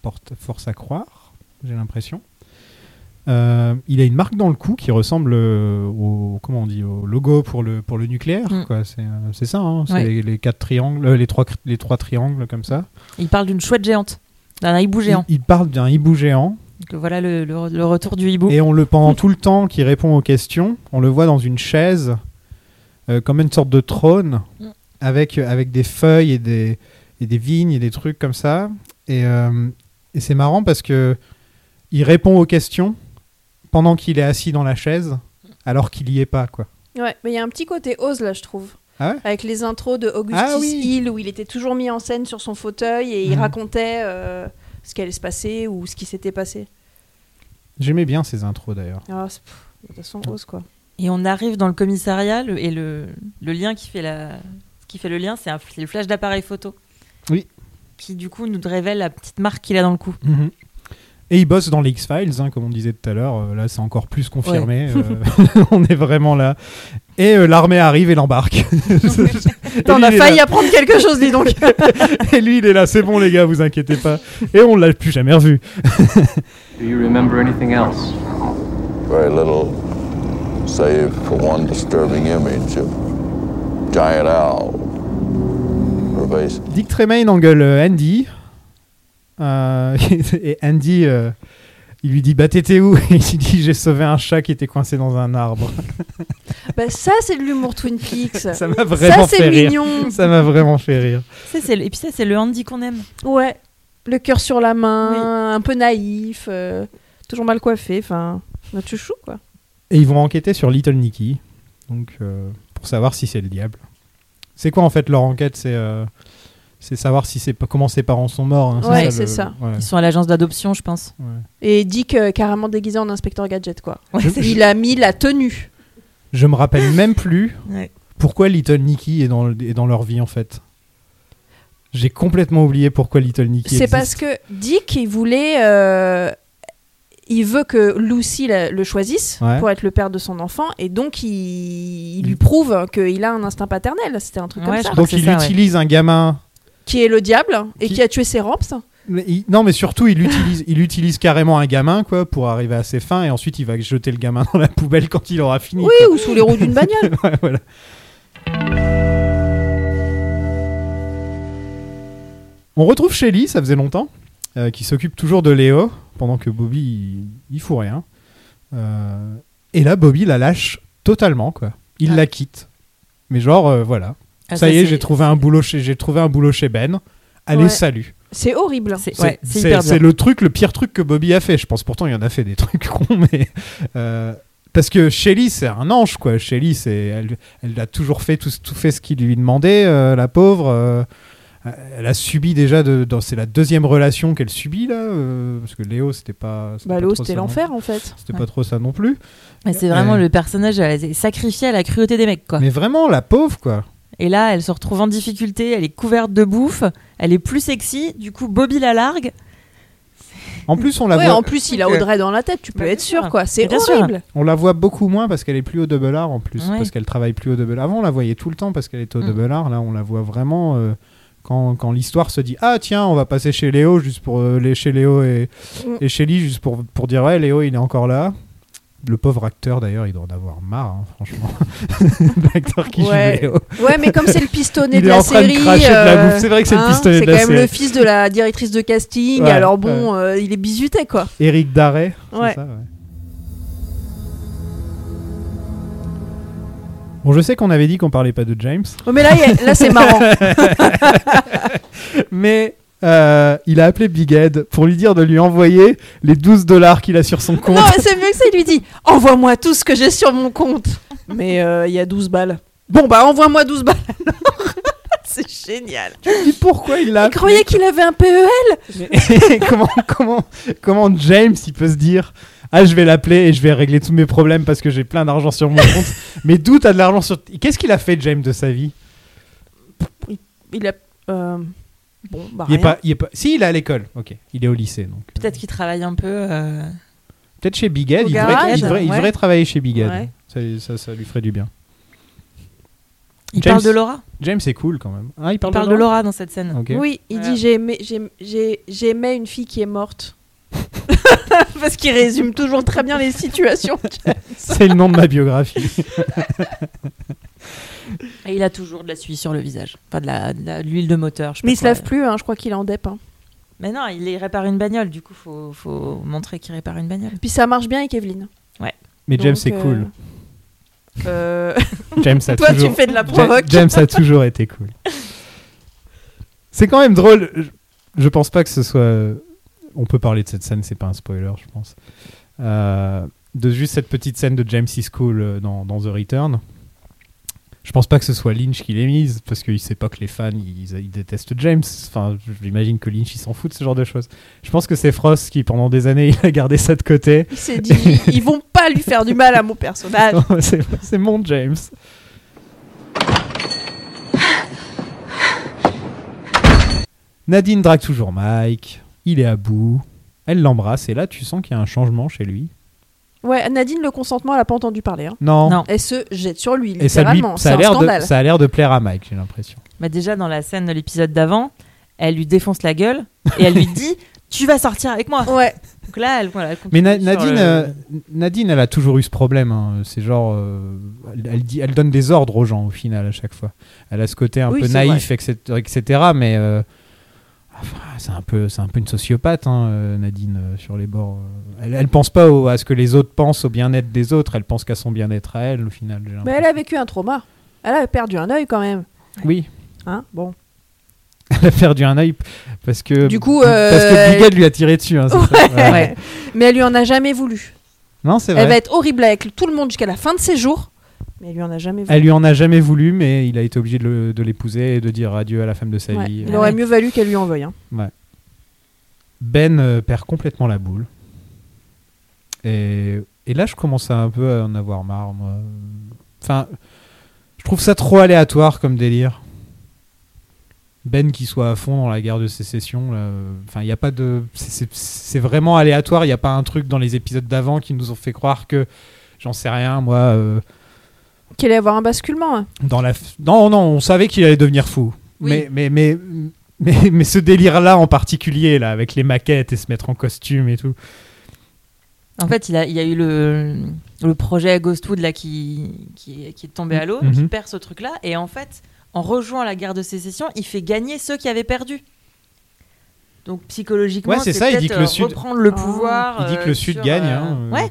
porte, force à croire, j'ai l'impression. Euh, il a une marque dans le cou qui ressemble euh, au comment on dit au logo pour le pour le nucléaire
Mm.
quoi c'est euh, c'est ça hein, c'est
Ouais.
les, les quatre triangles euh, les trois cri- les trois triangles comme ça
Il parle d'une chouette géante, d'un hibou géant.
il, il parle d'un hibou géant
Donc euh, voilà le, le- le retour du hibou.
Et on le pendant tout le temps qui répond aux questions, on le voit dans une chaise, euh, comme une sorte de trône,
Mm.
avec, euh, avec des feuilles et des, et des vignes et des trucs comme ça. Et, euh, et c'est marrant parce que il répond aux questions pendant qu'il est assis dans la chaise, alors qu'il y est pas, quoi.
Ouais, mais il y a un petit côté Oz là, je trouve.
Ah ouais
Avec les intros de Augustus
Ah oui.
Hill où il était toujours mis en scène sur son fauteuil et il
Mhm.
racontait euh, ce qui allait se passer ou ce qui s'était passé.
J'aimais bien ces intros d'ailleurs.
Ah, c'est- pff, de toute façon, Oz quoi.
Et on arrive dans le commissariat le- et le, le lien qui fait, la, qui fait le lien, c'est un- c'est le flash d'appareil photo
Oui.
qui du coup nous révèle la petite marque qu'il a dans le cou.
Mhm. Et il bosse dans les X-Files, hein, comme on disait tout à l'heure. Euh, là, c'est encore plus confirmé.
Ouais.
Euh, <laughs> on est vraiment là. Et euh, l'armée arrive et l'embarque. <laughs>
Attends, on a
il est
failli
là.
apprendre quelque chose, dis
<laughs>
donc.
et lui, il est là. C'est bon, les gars, vous inquiétez pas. Et on l'a plus jamais revu.
Do you remember anything else?
Very little, save for one disturbing image of giant owl pervasive.
Dick Tremaine engueule euh, Andy. Euh, <laughs> et Andy, euh, il lui dit Bah, t'étais où Et il dit J'ai sauvé un chat qui était coincé dans un arbre.
Bah, ça, c'est de l'humour Twin Peaks.
Ça m'a vraiment
c'est
fait rire.
mignon.
Ça m'a vraiment fait rire.
Ça, c'est le- et puis ça, c'est le Andy qu'on aime.
Ouais, le cœur sur la main, un peu naïf, euh, toujours mal coiffé, enfin, notre chouchou quoi.
Et ils vont enquêter sur Little Nicky. Donc, euh, pour savoir si c'est le diable. C'est quoi en fait leur enquête C'est euh, c'est savoir si c'est comment ses parents sont morts. hein,
Ouais,
le-
c'est ça.
ouais.
Ils sont à l'agence d'adoption, je pense.
Et Dick euh, carrément déguisé en inspecteur gadget quoi.
<laughs> Ouais,
Je- c'est-
il a mis la tenue.
Je me rappelle même plus
Ouais.
pourquoi Little Nicky est dans, le- est dans leur vie en fait. J'ai complètement oublié pourquoi Little Nicky.
C'est
existe.
parce que Dick il voulait, euh, il veut que Lucy la- le choisisse
Ouais. Mm.
pour être le père de son enfant et donc il, il lui prouve qu'il a un instinct paternel. C'était un truc comme ça.
Donc il utilise un gamin.
Qui est le diable et qui, a tué ses ramps.
Mais il- Non, mais surtout, il utilise, il utilise carrément un gamin quoi pour arriver à ses fins et ensuite il va jeter le gamin dans la poubelle quand il aura fini.
Oui,
quoi.
ou sous les
<laughs>
roues d'une bagnole.
Ouais, voilà. On retrouve Shelly, ça faisait longtemps, euh, qui s'occupe toujours de Léo pendant que Bobby il, il fout rien. Euh, et là, Bobby la lâche totalement quoi. Il la quitte. Mais genre euh, voilà.
Ah,
ça
ça,
y est,
c'est-
j'ai trouvé un boulot chez j'ai trouvé un boulot chez Ben. Allez,
Ouais.
salut.
C'est horrible.
C'est ouais, c'est
C'est
hyper
c'est
dur.
le truc, le pire truc que Bobby a fait. Je pense pourtant il y en a fait des <laughs> trucs cons, mais euh, parce que Shelly c'est un ange quoi. Shelly c'est elle, elle a toujours fait tout, tout fait ce qu'il lui demandait, euh, la pauvre. euh, elle a subi déjà de, dans- c'est la deuxième relation qu'elle subit là, euh, parce que Léo c'était pas. c'était
Bah,
pas
Léo,
trop
c'était
ça non-
l'enfer, en fait.
C'était
Ouais.
pas trop ça non plus.
Mais c'est vraiment
Et-
le personnage elle est sacrifié à la cruauté des mecs, quoi.
Mais vraiment la pauvre quoi.
Et là, elle se retrouve en difficulté, elle est couverte de bouffe, elle est plus sexy, du coup, Bobby la largue.
En plus on la
Ouais,
voit.
en plus il a Audrey dans la tête, tu peux
Bah,
être sûr quoi. C'est
Bien sûr.
horrible.
On la voit beaucoup moins parce qu'elle est plus au double R en plus,
Ouais. Mm.
parce qu'elle travaille plus au double R. Avant, on la voyait tout le temps parce qu'elle était au double R. Là, on la voit vraiment euh, quand, quand l'histoire se dit Ah, tiens, on va passer chez Léo, juste pour, euh, les- chez Léo et,
Mm.
et chez Lee, juste pour, pour dire Ouais, Léo, il est encore là. Le pauvre acteur, d'ailleurs, il doit en avoir marre, hein, franchement. <laughs> L'acteur qui
Ouais.
joue Léo.
Ouais, mais comme c'est le pistonné
Il
de
est
la
en train de
série,
cracher de la
euh,
bouffe. C'est vrai que c'est le
hein,
pistonné de la
C'est quand même le
série.
fils de la directrice de casting.
Ouais,
alors bon, euh, il est bizuté quoi.
Eric Darret, c'est
Ouais.
ça, ouais. Bon, je sais qu'on avait dit qu'on parlait pas de James.
Oh, mais là, il y a- là, c'est
<laughs>
marrant.
mais euh, il a appelé Big Ed pour lui dire de lui envoyer les 12 dollars qu'il a sur son compte.
Non,
<laughs>
mais c'est mieux que ça. Il lui dit Envoie-moi tout ce que j'ai sur mon compte. Mais euh, il y a 12 balles. Bon, bah envoie-moi 12 balles alors. <laughs> c'est génial.
Et pourquoi il a
Il croyait qu'il avait un E PEL
<laughs> comment, comment, comment James il peut se dire Ah, je vais l'appeler et je vais régler tous mes problèmes parce que j'ai plein d'argent sur mon compte. <laughs> mais d'où t'as de l'argent sur. Qu'est-ce qu'il a fait, James, de sa vie
Il a. euh, Bon, bah.
il est
rien.
pas, il est pas... Si, il est à l'école. Ok, il est au lycée donc.
Peut-être qu'il travaille un peu. euh,
Peut-être chez Big Ed,
Au
il, devrait-
garage,
il devrait- il
ouais.
devrait travailler chez Big Ed.
Ouais.
Ça, ça, ça lui ferait du bien.
Il parle de Laura
James est cool quand même. Ah, il parle,
Il parle de Laura dans cette <laughs> scène.
Ok.
Oui, il dit j'ai aimé- j'ai- j'ai- j'aimais une fille qui est morte. Parce qu'il résume toujours très bien les situations. James.
<laughs> C'est le nom de ma biographie.
Et il a toujours de la suie sur le visage. Enfin, de la- de la- de l'huile de, moteur. je sais
<laughs>
pas
Mais il se
quoi.
lave plus, hein, je crois qu'il est en dep. hein.
Mais non, il est- répare une bagnole, du coup, faut, faut montrer qu'il répare une bagnole.
Puis ça marche bien avec Evelyne.
Ouais.
<laughs>
Mais
Donc,
James est
euh,
cool.
euh,
James a
Toi,
toujours...
tu fais de la
Ja-
provoque.
James a toujours été cool. C'est quand même drôle. Je, je pense pas que ce soit. On peut parler de cette scène, c'est pas un spoiler, je pense. Euh, de juste cette petite scène de James is cool euh, dans, dans The Return. Je pense pas que ce soit Lynch qui l'ait mise, parce qu'il sait pas que les fans ils, ils détestent James. Enfin, j'imagine que Lynch il s'en fout de ce genre de choses. Je pense que c'est Frost qui, pendant des années, <laughs> il a gardé ça de côté.
Il s'est dit ils vont pas lui faire du mal à mon personnage.
Non, c'est c'est mon James. Nadine drague toujours Mike. Il est à bout. Elle l'embrasse et là, tu sens qu'il y a un changement chez lui.
Ouais, Nadine, le consentement, elle a pas entendu parler. hein.
Non. Non.
Elle se jette sur lui,
Et ça, lui,
littéralement.
ça, a
C'est un
l'air de,
scandale.
ça a l'air de plaire à Mike, j'ai l'impression.
Bah déjà, dans la scène de l'épisode d'avant, elle lui défonce la gueule et elle lui <laughs> dit Tu vas sortir avec moi
Ouais.
Donc là, elle, voilà, elle
Mais
continue
Na-
sur
Nadine,
le-
euh, Nadine, elle a toujours eu ce problème. hein. C'est genre, euh, elle, elle dit, elle donne des ordres aux gens au final à chaque fois. Elle a ce côté un
Oui,
peu
c'est
naïf, etc., etc. Mais euh, enfin, c'est un peu, c'est un peu une sociopathe, hein, euh, Nadine, euh, sur les bords. euh. Elle, elle pense pas au- à ce que les autres pensent, au bien-être des autres. Elle pense qu'à son bien-être à elle au final. j'ai
Mais
l'impression.
elle a vécu un trauma. Elle a perdu un œil quand même.
Oui, <laughs>
Hein bon.
elle a perdu un œil parce que
Du coup,
parce
euh,
que Big Ed lui a tiré dessus. hein, c'est ça Ouais.
<laughs> Ouais. Eh Mais elle lui en a jamais voulu.
Non, c'est vrai.
ben, Elle va être horrible avec tout le monde jusqu'à la fin de ses jours. Mais il lui en a jamais voulu.
Elle lui en a jamais voulu, mais il a été obligé de le- de l'épouser et de dire adieu à la femme de sa
Ouais.
vie.
Il aurait mieux valu qu'elle lui en veuille. hein.
Ouais. Ben euh, perd complètement la boule. Et, et là, je commence à un peu à en avoir marre, moi. Enfin, je trouve ça trop aléatoire comme délire. Ben qui soit à fond dans la guerre de sécession, là, euh, enfin, il n'y a pas de. c'est- c'est- C'est vraiment aléatoire, il n'y a pas un truc dans les épisodes d'avant qui nous ont fait croire que. J'en sais rien, moi. euh,
Qu'elle allait avoir un basculement. hein.
dans la f- non non on savait qu'il allait devenir fou mais, mais mais mais mais ce délire là en particulier là avec les maquettes et se mettre en costume et tout
En fait, il a, il y a eu le, le projet Ghostwood là, qui, qui, qui est tombé à l'eau,
Mhm.
qui perd ce truc-là. Et en fait, en rejoignant la guerre de sécession, il fait gagner ceux qui avaient perdu. Donc psychologiquement,
Ouais, c'est ça, il dit
peut-être,
que le
euh,
Sud-
reprendre le pouvoir.
il dit
euh,
que le sud
sur,
gagne
euh,
hein, euh,
Ouais.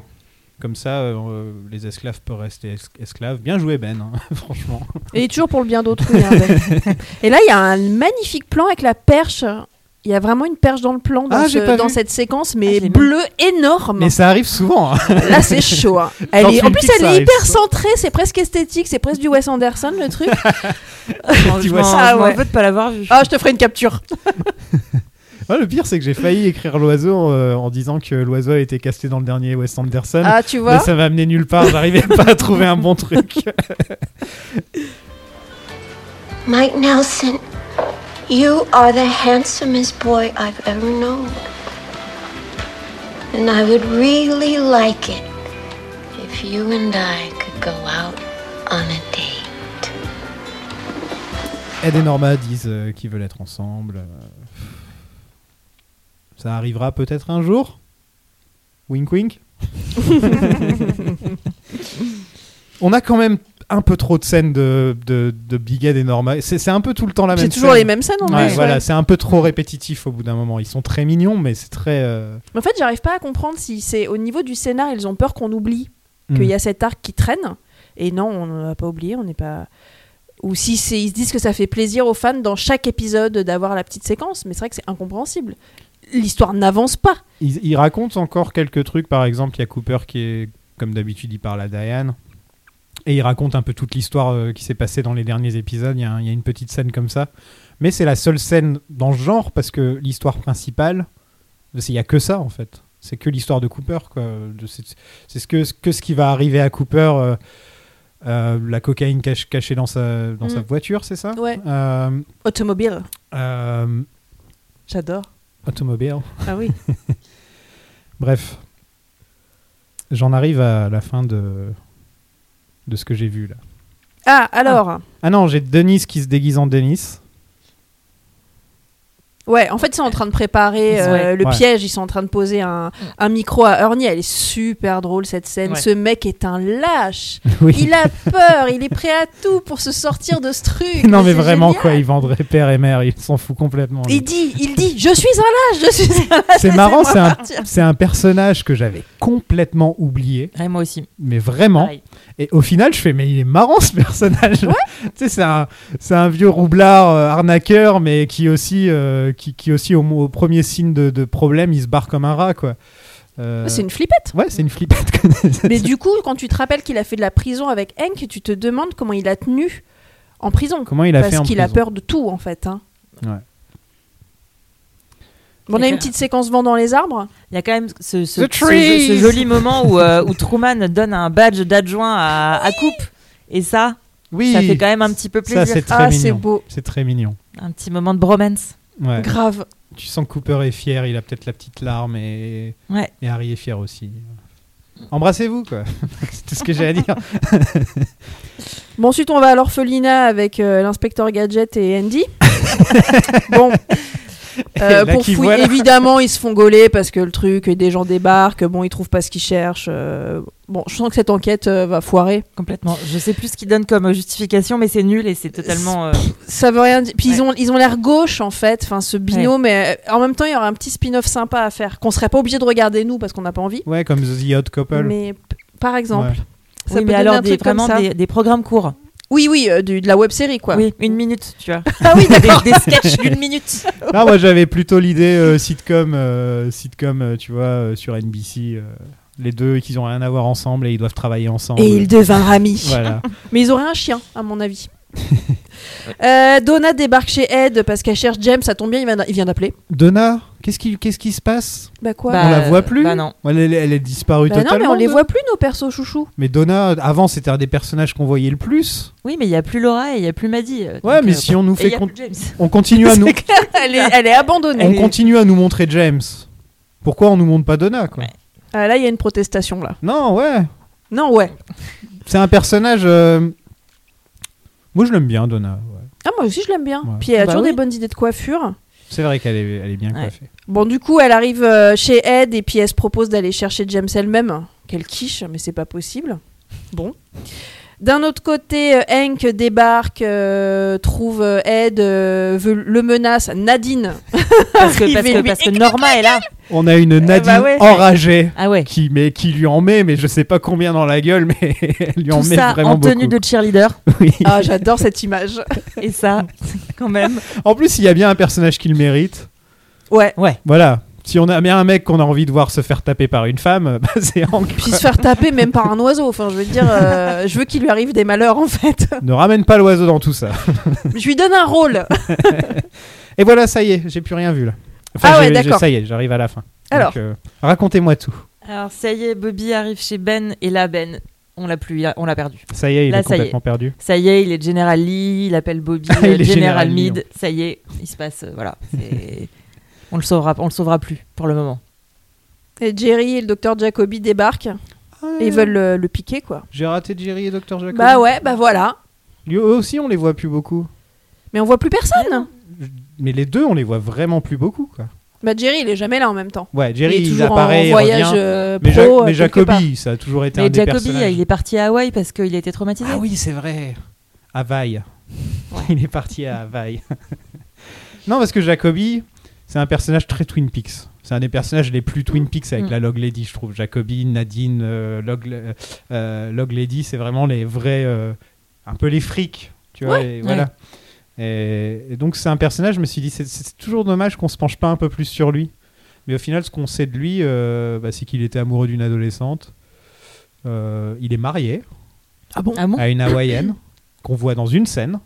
comme ça euh, les esclaves peuvent rester es- esclaves bien joué Ben hein, <laughs> franchement
Et il est toujours pour le bien d'autrui.
<laughs>
hein, Ben. Et là, il y a un magnifique plan avec la perche. Il y a vraiment une perche dans le plan, dans,
Ah, j'ai
ce-
pas vu.
dans cette séquence, mais bleue énorme.
mais ça arrive souvent hein. <laughs>
Là, c'est chaud. hein. Elle
Dans
est- En
Twin
plus,
Peaks,
elle
ça
est
arrive
hyper
souvent.
centrée, c'est presque esthétique, c'est presque du Wes Anderson
<laughs>
le truc.
<laughs> Tu vois
m'en-
ça.
je m'en veux de pas l'avoir vu.
Ah, je te ferai une capture.
Ouais, le pire c'est que j'ai failli écrire l'oiseau euh, en disant que l'oiseau a été casté dans le dernier Wes Anderson
Ah, tu vois
mais ça m'a amené nulle part j'arrivais pas à trouver un bon truc
Mike Nelson, you are the handsomest boy I've ever known. And I would really like it if you and I could go out on a date.
Ed et Norma disent euh, qu'ils veulent être ensemble. euh, Ça arrivera peut-être un jour Wink wink On a quand même un peu trop de scènes de, de, de Big Ed et Norma. C'est c'est un peu tout le temps la même
C'est
scène.
toujours les mêmes scènes, en
Ouais,
plus,
Voilà,
ouais.
c'est un peu trop répétitif au bout d'un moment. Ils sont très mignons, mais c'est très. euh,
Mais en fait, j'arrive pas à comprendre si c'est au niveau du scénar, ils ont peur qu'on oublie
Mm.
qu'il y a cet arc qui traîne. Et non, on ne l'a pas oublié, on n'est pas. Ou si c'est- ils se disent que ça fait plaisir aux fans dans chaque épisode d'avoir la petite séquence, mais c'est vrai que c'est incompréhensible. L'histoire n'avance pas.
Ils, ils racontent encore quelques trucs. Par exemple, il y a Cooper qui est, comme d'habitude, il parle à Diane. Et il raconte un peu toute l'histoire euh, qui s'est passée dans les derniers épisodes. Il y, a un- il y a une petite scène comme ça. Mais c'est la seule scène dans ce genre parce que l'histoire principale, c'est- il n'y a que ça en fait. C'est que l'histoire de Cooper. quoi. De- c'est- C'est ce que, ce que ce qui va arriver à Cooper. euh, euh, la cocaïne cach- cachée dans sa, dans
Mm.
sa voiture, c'est ça
Ouais.
Euh,
Automobile,
euh,
j'adore.
automobile.
Ah oui.
Bref, j'en arrive à la fin de, de ce que j'ai vu là.
Ah, alors.
Ah non, j'ai Denis qui se déguise en Denis.
Ouais, en fait, ils sont en train de préparer euh,
Ouais.
le
Ouais.
piège. Ils sont en train de poser un, un micro à Ernie. Elle est super drôle, cette scène.
Ouais.
Ce mec est un lâche.
Oui.
Il a peur. il est prêt à tout pour se sortir de ce truc.
non mais
c'est
vraiment
génial.
quoi, il vendrait père et mère, il s'en fout complètement. lui.
Il dit, il dit, je suis un lâche, je suis un lâche.
C'est marrant,
laissez-moi
c'est un,
partir.
c'est un personnage que j'avais complètement oublié.
moi aussi.
Mais vraiment.
Pareil.
Et au final, je fais, mais il est marrant ce personnage. <laughs> tu sais, c'est un, c'est un vieux roublard euh, arnaqueur, mais qui aussi, euh, qui, qui aussi au, mo- au premier signe de, de problème, il se barre comme un rat, quoi. Euh,
C'est une flippette.
Ouais, c'est une flippette. quoi. <laughs>
Mais du coup, quand tu te rappelles qu'il a fait de la prison avec Hank, tu te demandes comment il a tenu en prison.
Comment il a
Parce
fait en
qu'il a
prison.
peur de tout, en fait. hein.
Ouais.
Bon, on a une petite séquence vent dans les arbres.
Il y a quand même ce, ce-
The
ce-
trees.
ce joli moment où, euh, où Truman donne un badge d'adjoint à, à Coupe. Et ça,
Oui.
ça fait quand même un petit peu plaisir.
Ça, c'est très
Ah,
mignon. C'est très mignon.
Un petit moment de bromance.
Ouais.
Grave.
Tu sens que Cooper est fier, il a peut-être la petite larme et,
Ouais.
et Harry est fier aussi. Embrassez-vous, quoi. <laughs> c'est tout ce que j'ai à dire.
Bon, ensuite, on va à l'orphelinat avec euh, l'inspecteur Gadget et Andy. <laughs>
<laughs>
bon. Euh,
Et là,
pour
qui
fouiller,
voilà.
évidemment, ils se font gauler parce que le truc, des gens débarquent, bon, ils trouvent pas ce qu'ils cherchent. euh, bon, je sens que cette enquête euh, va foirer.
Complètement. Je sais plus ce qu'il donne comme justification, mais c'est nul et c'est totalement. euh,
Ça veut rien dire. Puis ils ont ils ont l'air gauche en fait, enfin ce binôme. Mais euh, en même temps, il y aura un petit spin-off sympa à faire qu'on serait pas obligé de regarder nous parce qu'on n'a pas envie.
Ouais, comme The Odd Couple.
Mais p- par exemple,
Ouais. <laughs>
ça
Oui, mais
peut donner
alors
un
des-
truc comme
vraiment
ça.
des, des programmes courts.
Oui, oui, euh, du- de la web série quoi.
Oui, une minute,
<laughs>
tu vois.
Ah oui, <laughs> d'accord.
Des, des sketchs d'une minute.
Non, moi j'avais plutôt l'idée euh, sitcom, euh, sitcom, euh, tu vois, euh, sur NBC. euh, les deux et qu'ils ont rien à voir ensemble et ils doivent travailler ensemble.
Et ils devinrent amis.
voilà.
Mais ils auraient un chien, à mon
<laughs>
avis. Euh, Donna débarque chez Ed parce qu'elle cherche James. Ça tombe bien, il, va- il vient d'appeler.
Donna, qu'est-ce qui, qu'est-ce qui se passe
Bah quoi
On la voit plus Elle, elle- elle est disparue
Bah non,
totalement.
mais on les
de-
voit plus, nos persos chouchous.
Mais Donna, avant, c'était un des personnages qu'on voyait le plus.
Oui, mais il n'y a plus Laura et il n'y a plus Maddy. euh,
Ouais,
donc,
mais
euh,
si on nous
et il
fait
y a
con-
plus James.
on
<laughs>
continue à nous,
elle, est, elle est abandonnée.
on continue à nous montrer James. Pourquoi on nous montre pas Donna quoi
Ah, là, il y a une protestation, là.
Non, ouais.
Non, ouais.
C'est un personnage. euh, Moi, je l'aime bien, Donna. ouais.
Ah, moi aussi, je l'aime bien.
Ouais.
Puis elle a
Bah
toujours
oui.
des bonnes idées de coiffure.
C'est vrai qu'elle est, elle est bien coiffée.
Bon, du coup, elle arrive euh, chez Ed et puis elle se propose d'aller chercher James elle-même. Quelle quiche, mais c'est pas possible. Bon. D'un autre côté, euh, Hank débarque, euh, trouve euh, Ed, euh, veut- le menace, Nadine.
Ah
Parce que, parce que, parce que Norma est là.
On a une Nadine
Euh, bah ouais.
enragée
Ah ouais.
qui, mais, qui lui en met, mais je sais pas combien dans la gueule, mais <laughs> elle lui en
Tout
met
ça
vraiment
en tenue
beaucoup.
de cheerleader.
<laughs>
Ah, j'adore cette image.
Et ça, <laughs> quand même.
En plus, il y a bien un personnage qui le mérite.
Ouais.
Ouais.
Voilà. Si on a bien un mec qu'on a envie de voir se faire taper par une femme, <laughs> bah, c'est Hank.
<laughs> Puis se faire taper même par un oiseau. Enfin, je veux dire, euh, je veux qu'il lui arrive des malheurs, en <laughs> fait.
Ne ramène pas l'oiseau dans tout ça.
Je lui donne un rôle.
Et voilà, ça y est, j'ai plus rien vu là.
Ah
j'ai-
ouais,
j'ai-
d'accord.
Ça y est, j'arrive à la fin.
Alors.
Donc, euh, racontez-moi tout.
Alors ça y est, Bobby arrive chez Ben et là Ben, on l'a plus, on l'a perdu.
Ça y est, il
Là,
est
ça y
complètement perdu.
Ça y est, il est General Lee, il appelle Bobby
<laughs> Il est
euh, General,
General Lee,
Meade. Ça y est, il se passe, euh, voilà. c'est- on le sauvera, on le sauvera plus pour le moment.
Et Jerry et le docteur Jacobi débarquent. Et Ah, ils veulent euh, le, le piquer, quoi.
J'ai raté Jerry et Dr. Jacob.
Bah ouais, bah voilà.
Eux aussi, on les voit plus beaucoup.
Mais on voit plus personne.
Mais les deux, on les voit vraiment plus beaucoup, quoi.
Bah Jerry, il est jamais là en même temps.
Ouais, Jerry,
il, est
il,
toujours
apparaît,
en
il
voyage
revient.
euh,
mais,
pro.
Ja- mais
euh, quelque
Jacobi, ça a toujours été un
Mais
des
Jacobi,
personnages.
il est parti à Hawaï parce qu'il a été traumatisé.
Ah oui, c'est vrai. Havaï. Il est parti à Havaï. non, parce que Jacobi, c'est un personnage très Twin Peaks. C'est un des personnages les plus Twin Peaks avec
Mm.
la Log Lady, je trouve. Jacobi, Nadine, euh, Log, euh, euh, Log Lady, c'est vraiment les vrais. euh, un peu les frics. Tu vois,
Ouais.
et voilà. Et, et donc, c'est un personnage, je me suis dit, c'est- c'est toujours dommage qu'on se penche pas un peu plus sur lui. Mais au final, ce qu'on sait de lui, euh, bah, c'est qu'il était amoureux d'une adolescente. Euh, il est marié
Ah bon
Ah bon
à une hawaïenne qu'on voit dans une scène.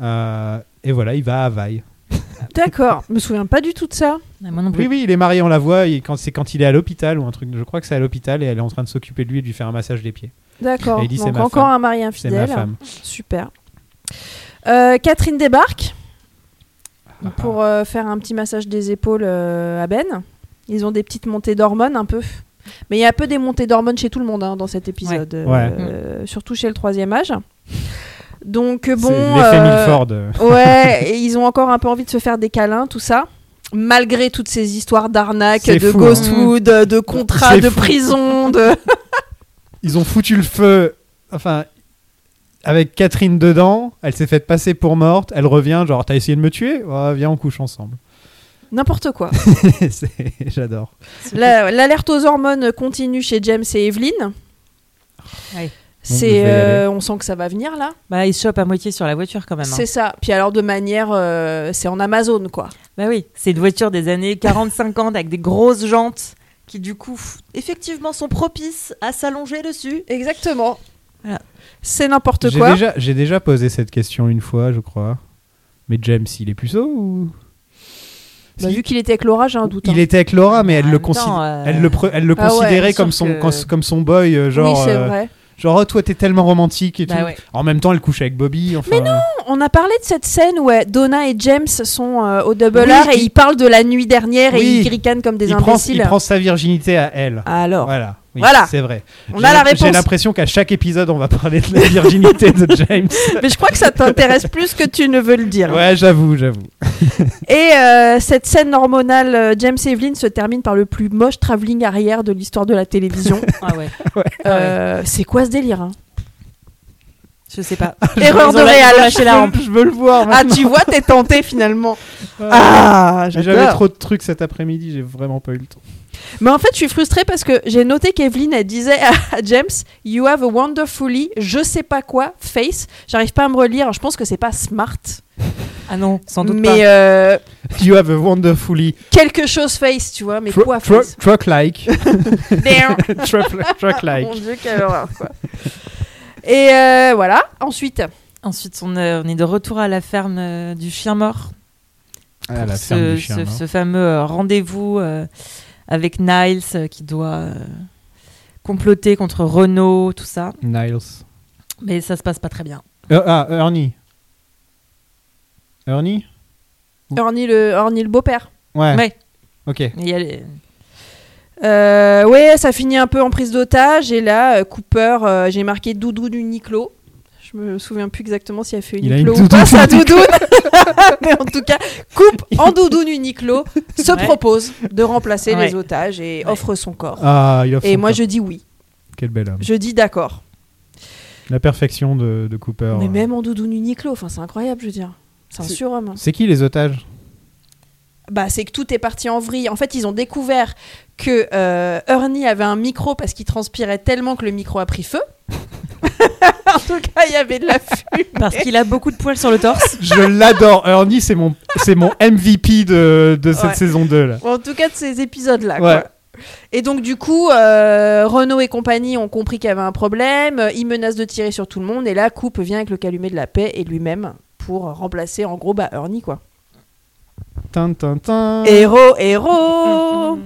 Euh, et voilà, il va à Havaï.
part. D'accord, je me souviens pas du tout de ça.
Ah, moi non plus.
Oui, oui, il est marié, on la voit. il- quand- C'est quand il est à l'hôpital ou un truc. Je crois que c'est à l'hôpital et elle est en train de s'occuper de lui et de lui faire un massage des pieds.
D'accord.
Et il dit, c'est
Donc
ma
encore
femme.
un mari
C'est ma
infidèle.
femme.
Super. Euh, Catherine débarque
Ah,
pour euh, faire un petit massage des épaules euh, à Ben. Ils ont des petites montées d'hormones un peu. Mais il y a un peu des montées d'hormones chez tout le monde hein, dans cet épisode,
Ouais.
euh, surtout chez le troisième âge. Donc euh, bon, euh,
l'effet Milford. <laughs>
ouais, et ils ont encore un peu envie de se faire des câlins, tout ça, malgré toutes ces histoires d'arnaque,
C'est
de
fou, hein.
Ghostwood, de contrats,
C'est
de
fou. <laughs>
prison, de
Ils ont foutu le feu. Enfin. Avec Catherine dedans, elle s'est faite passer pour morte. Elle revient, genre, t'as essayé de me tuer Ouais, Viens, on couche <laughs> ensemble.
n'importe quoi.
C'est- J'adore.
La- L'alerte aux hormones continue chez James et Evelyn.
Ouais.
je vais y
C'est, euh, on sent que ça va venir là.
Bah, il se chope à moitié sur la voiture quand même. hein.
C'est ça. Puis alors de manière, euh, c'est en Amazon quoi.
Bah oui, c'est une voiture des années 40-50 avec des grosses jantes qui du coup, effectivement, sont propices à s'allonger dessus.
Exactement. C'est n'importe
J'ai
quoi.
déjà, j'ai déjà posé cette question une fois, je crois. Mais James, il est puceau ou
Bah, vu qu'il était avec Laura, j'ai un doute.
Il
hein.
était avec Laura, Ah, mais elle
en
le,
même
consid-
temps, euh,
elle le, pre- elle le
Ah ouais,
considérait
sûr
comme, son,
que-
cons- comme son boy, euh, genre.
c'est
euh,
vrai.
Genre, oh, toi, t'es tellement romantique et
Bah
tout.
ouais.
En même temps, elle couche avec Bobby. Enfin,
On a parlé de cette scène où euh, Donna et James sont euh, au double
Oui,
R et
il-
ils parlent de la nuit dernière
Oui.
et ils ricanent comme des
il, prend,
imbéciles. Ah,
il prend sa virginité à elle.
Alors.
Voilà. Oui,
Voilà.
C'est vrai.
On
J'ai-
a la
J'ai
réponse.
l'impression qu'à chaque épisode, on va parler de la virginité
<laughs>
de James.
Mais je crois que ça t'intéresse plus que tu ne veux le dire.
Ouais, j'avoue, j'avoue.
Et euh, cette scène hormonale euh, James et Evelyn se termine par le plus moche travelling arrière de l'histoire de la télévision.
Ah <laughs> ouais.
Euh, C'est quoi ce délire hein
<laughs> Je sais pas.
Erreur
Ils
de
ont la- ils ont
réal.
lâché la rampe.
Je veux le voir.
Ah,
maintenant.
tu vois,
<laughs>
t'es tenté finalement. Ah,
Mais J'avais
j'adore.
trop de trucs cet après-midi, j'ai vraiment pas eu le temps. <laughs>
Mais en fait, je suis frustrée parce que j'ai noté qu'Evelyn, elle disait à James You have a wonderfully, je sais pas quoi, face. J'arrive pas à me relire. Je pense que c'est pas smart.
Ah non, sans doute
Mais,
pas.
euh,
You have a wonderfully
quelque chose face, tu vois, mais
tru-
quoi
tru-
face
truck-like.
<laughs> Damn.
<laughs> Truck-
<laughs>
Truck-like.
Mon dieu, quelle horreur, quoi. Et euh, voilà, ensuite.
Ensuite, on, euh, on est de retour à la ferme euh, du chien mort.
Ah, la
Pour
ferme
ce,
du chien
ce-
mort.
ce fameux euh, rendez-vous euh, avec Niles euh, qui doit euh, comploter contre Renault, tout ça.
hein. Niles.
Mais ça se passe pas très bien.
Euh, ah, Ernie. Ernie Mmh.
Orny le, Orny le beau-père.
Ouais.
Ouais.
Ok.
Il y a les-
Euh, ouais, ça finit un peu en prise d'otage. Et là, euh, Cooper, euh, j'ai marqué doudou du Niclo. Je me souviens plus exactement si elle fait
Il a une
une Niclo ou
doudoune.
pas sa doudoune.
<laughs>
<laughs> Mais en tout cas, coupe en doudoune Uniqlo se
Ouais.
propose de remplacer
Ouais.
les otages et offre son corps.
Ah, il offre
et
son
moi,
corps.
je dis oui.
Quel bel homme.
Je dis d'accord.
La perfection de, de Cooper.
Mais même en doudoune Uniqlo, enfin, c'est incroyable, je veux dire. C'est un surhomme.
euh, C'est qui les otages
bah, c'est que tout est parti en vrille. En fait, ils ont découvert que euh, Ernie avait un micro parce qu'il transpirait tellement que le micro a pris feu. <laughs> en tout cas, il y avait de la fumée.
Parce qu'il a beaucoup de poils sur le torse.
Je l'adore. Ernie, c'est mon, c'est mon MVP de, de cette
Ouais.
saison 2. Là.
Ou En tout cas, de ces épisodes-là.
Ouais.
quoi. Et donc, du coup, euh, Renault et compagnie ont compris qu'il y avait un problème. euh, Ils menacent de tirer sur tout le monde. Et là, Coupe vient avec le calumet de la paix et lui-même pour remplacer, en gros, bah, Ernie, quoi.
Tin, tin, tin.
Mmh.
Héros, héros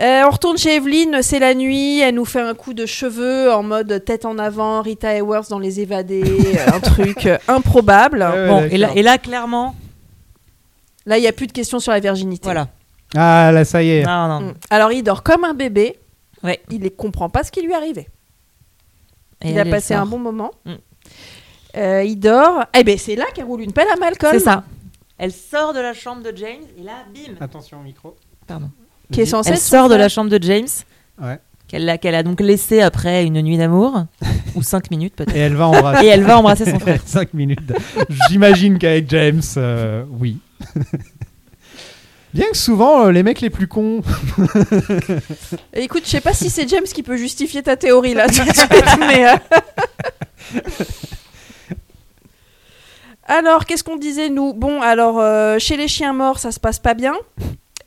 Euh, on retourne chez Evelyn, c'est la nuit, elle nous fait un coup de cheveux en mode tête en avant, Rita Hayworth dans Les Évadés,
<laughs>
euh, un truc euh, improbable.
<laughs> ouais,
bon, et là, et là, clairement,
Là, il n'y a plus de question sur la virginité.
voilà.
Ah, là, ça y est.
Non, non.
Mm. Alors, il dort comme un bébé,
Ouais.
il ne comprend pas ce qui lui est arrivé.
Et
il a
elle, elle
passé
sort.
un bon moment.
Mm.
Euh, il dort, eh ben c'est là qu'elle roule une pelle à Malcolm.
C'est ça. Elle sort de la chambre de James et là, bim.
Attention au micro.
Pardon.
Qui est censée
Elle
être son
sort de la
frère.
chambre de James.
Ouais.
Qu'elle a, qu'elle a donc laissé après une nuit
<laughs>
d'amour, ou cinq minutes peut-être.
Et elle va embrasser.
Et elle va embrasser
<laughs>
son frère.
5 minutes. J'imagine qu'avec James, euh, oui. <laughs> Bien que souvent, euh, les mecs les plus cons.
Écoute, je sais pas si c'est James qui peut justifier ta théorie là tout de suite, mais. euh, alors, qu'est-ce qu'on disait nous Bon, alors, euh, chez les chiens morts, ça se passe pas bien.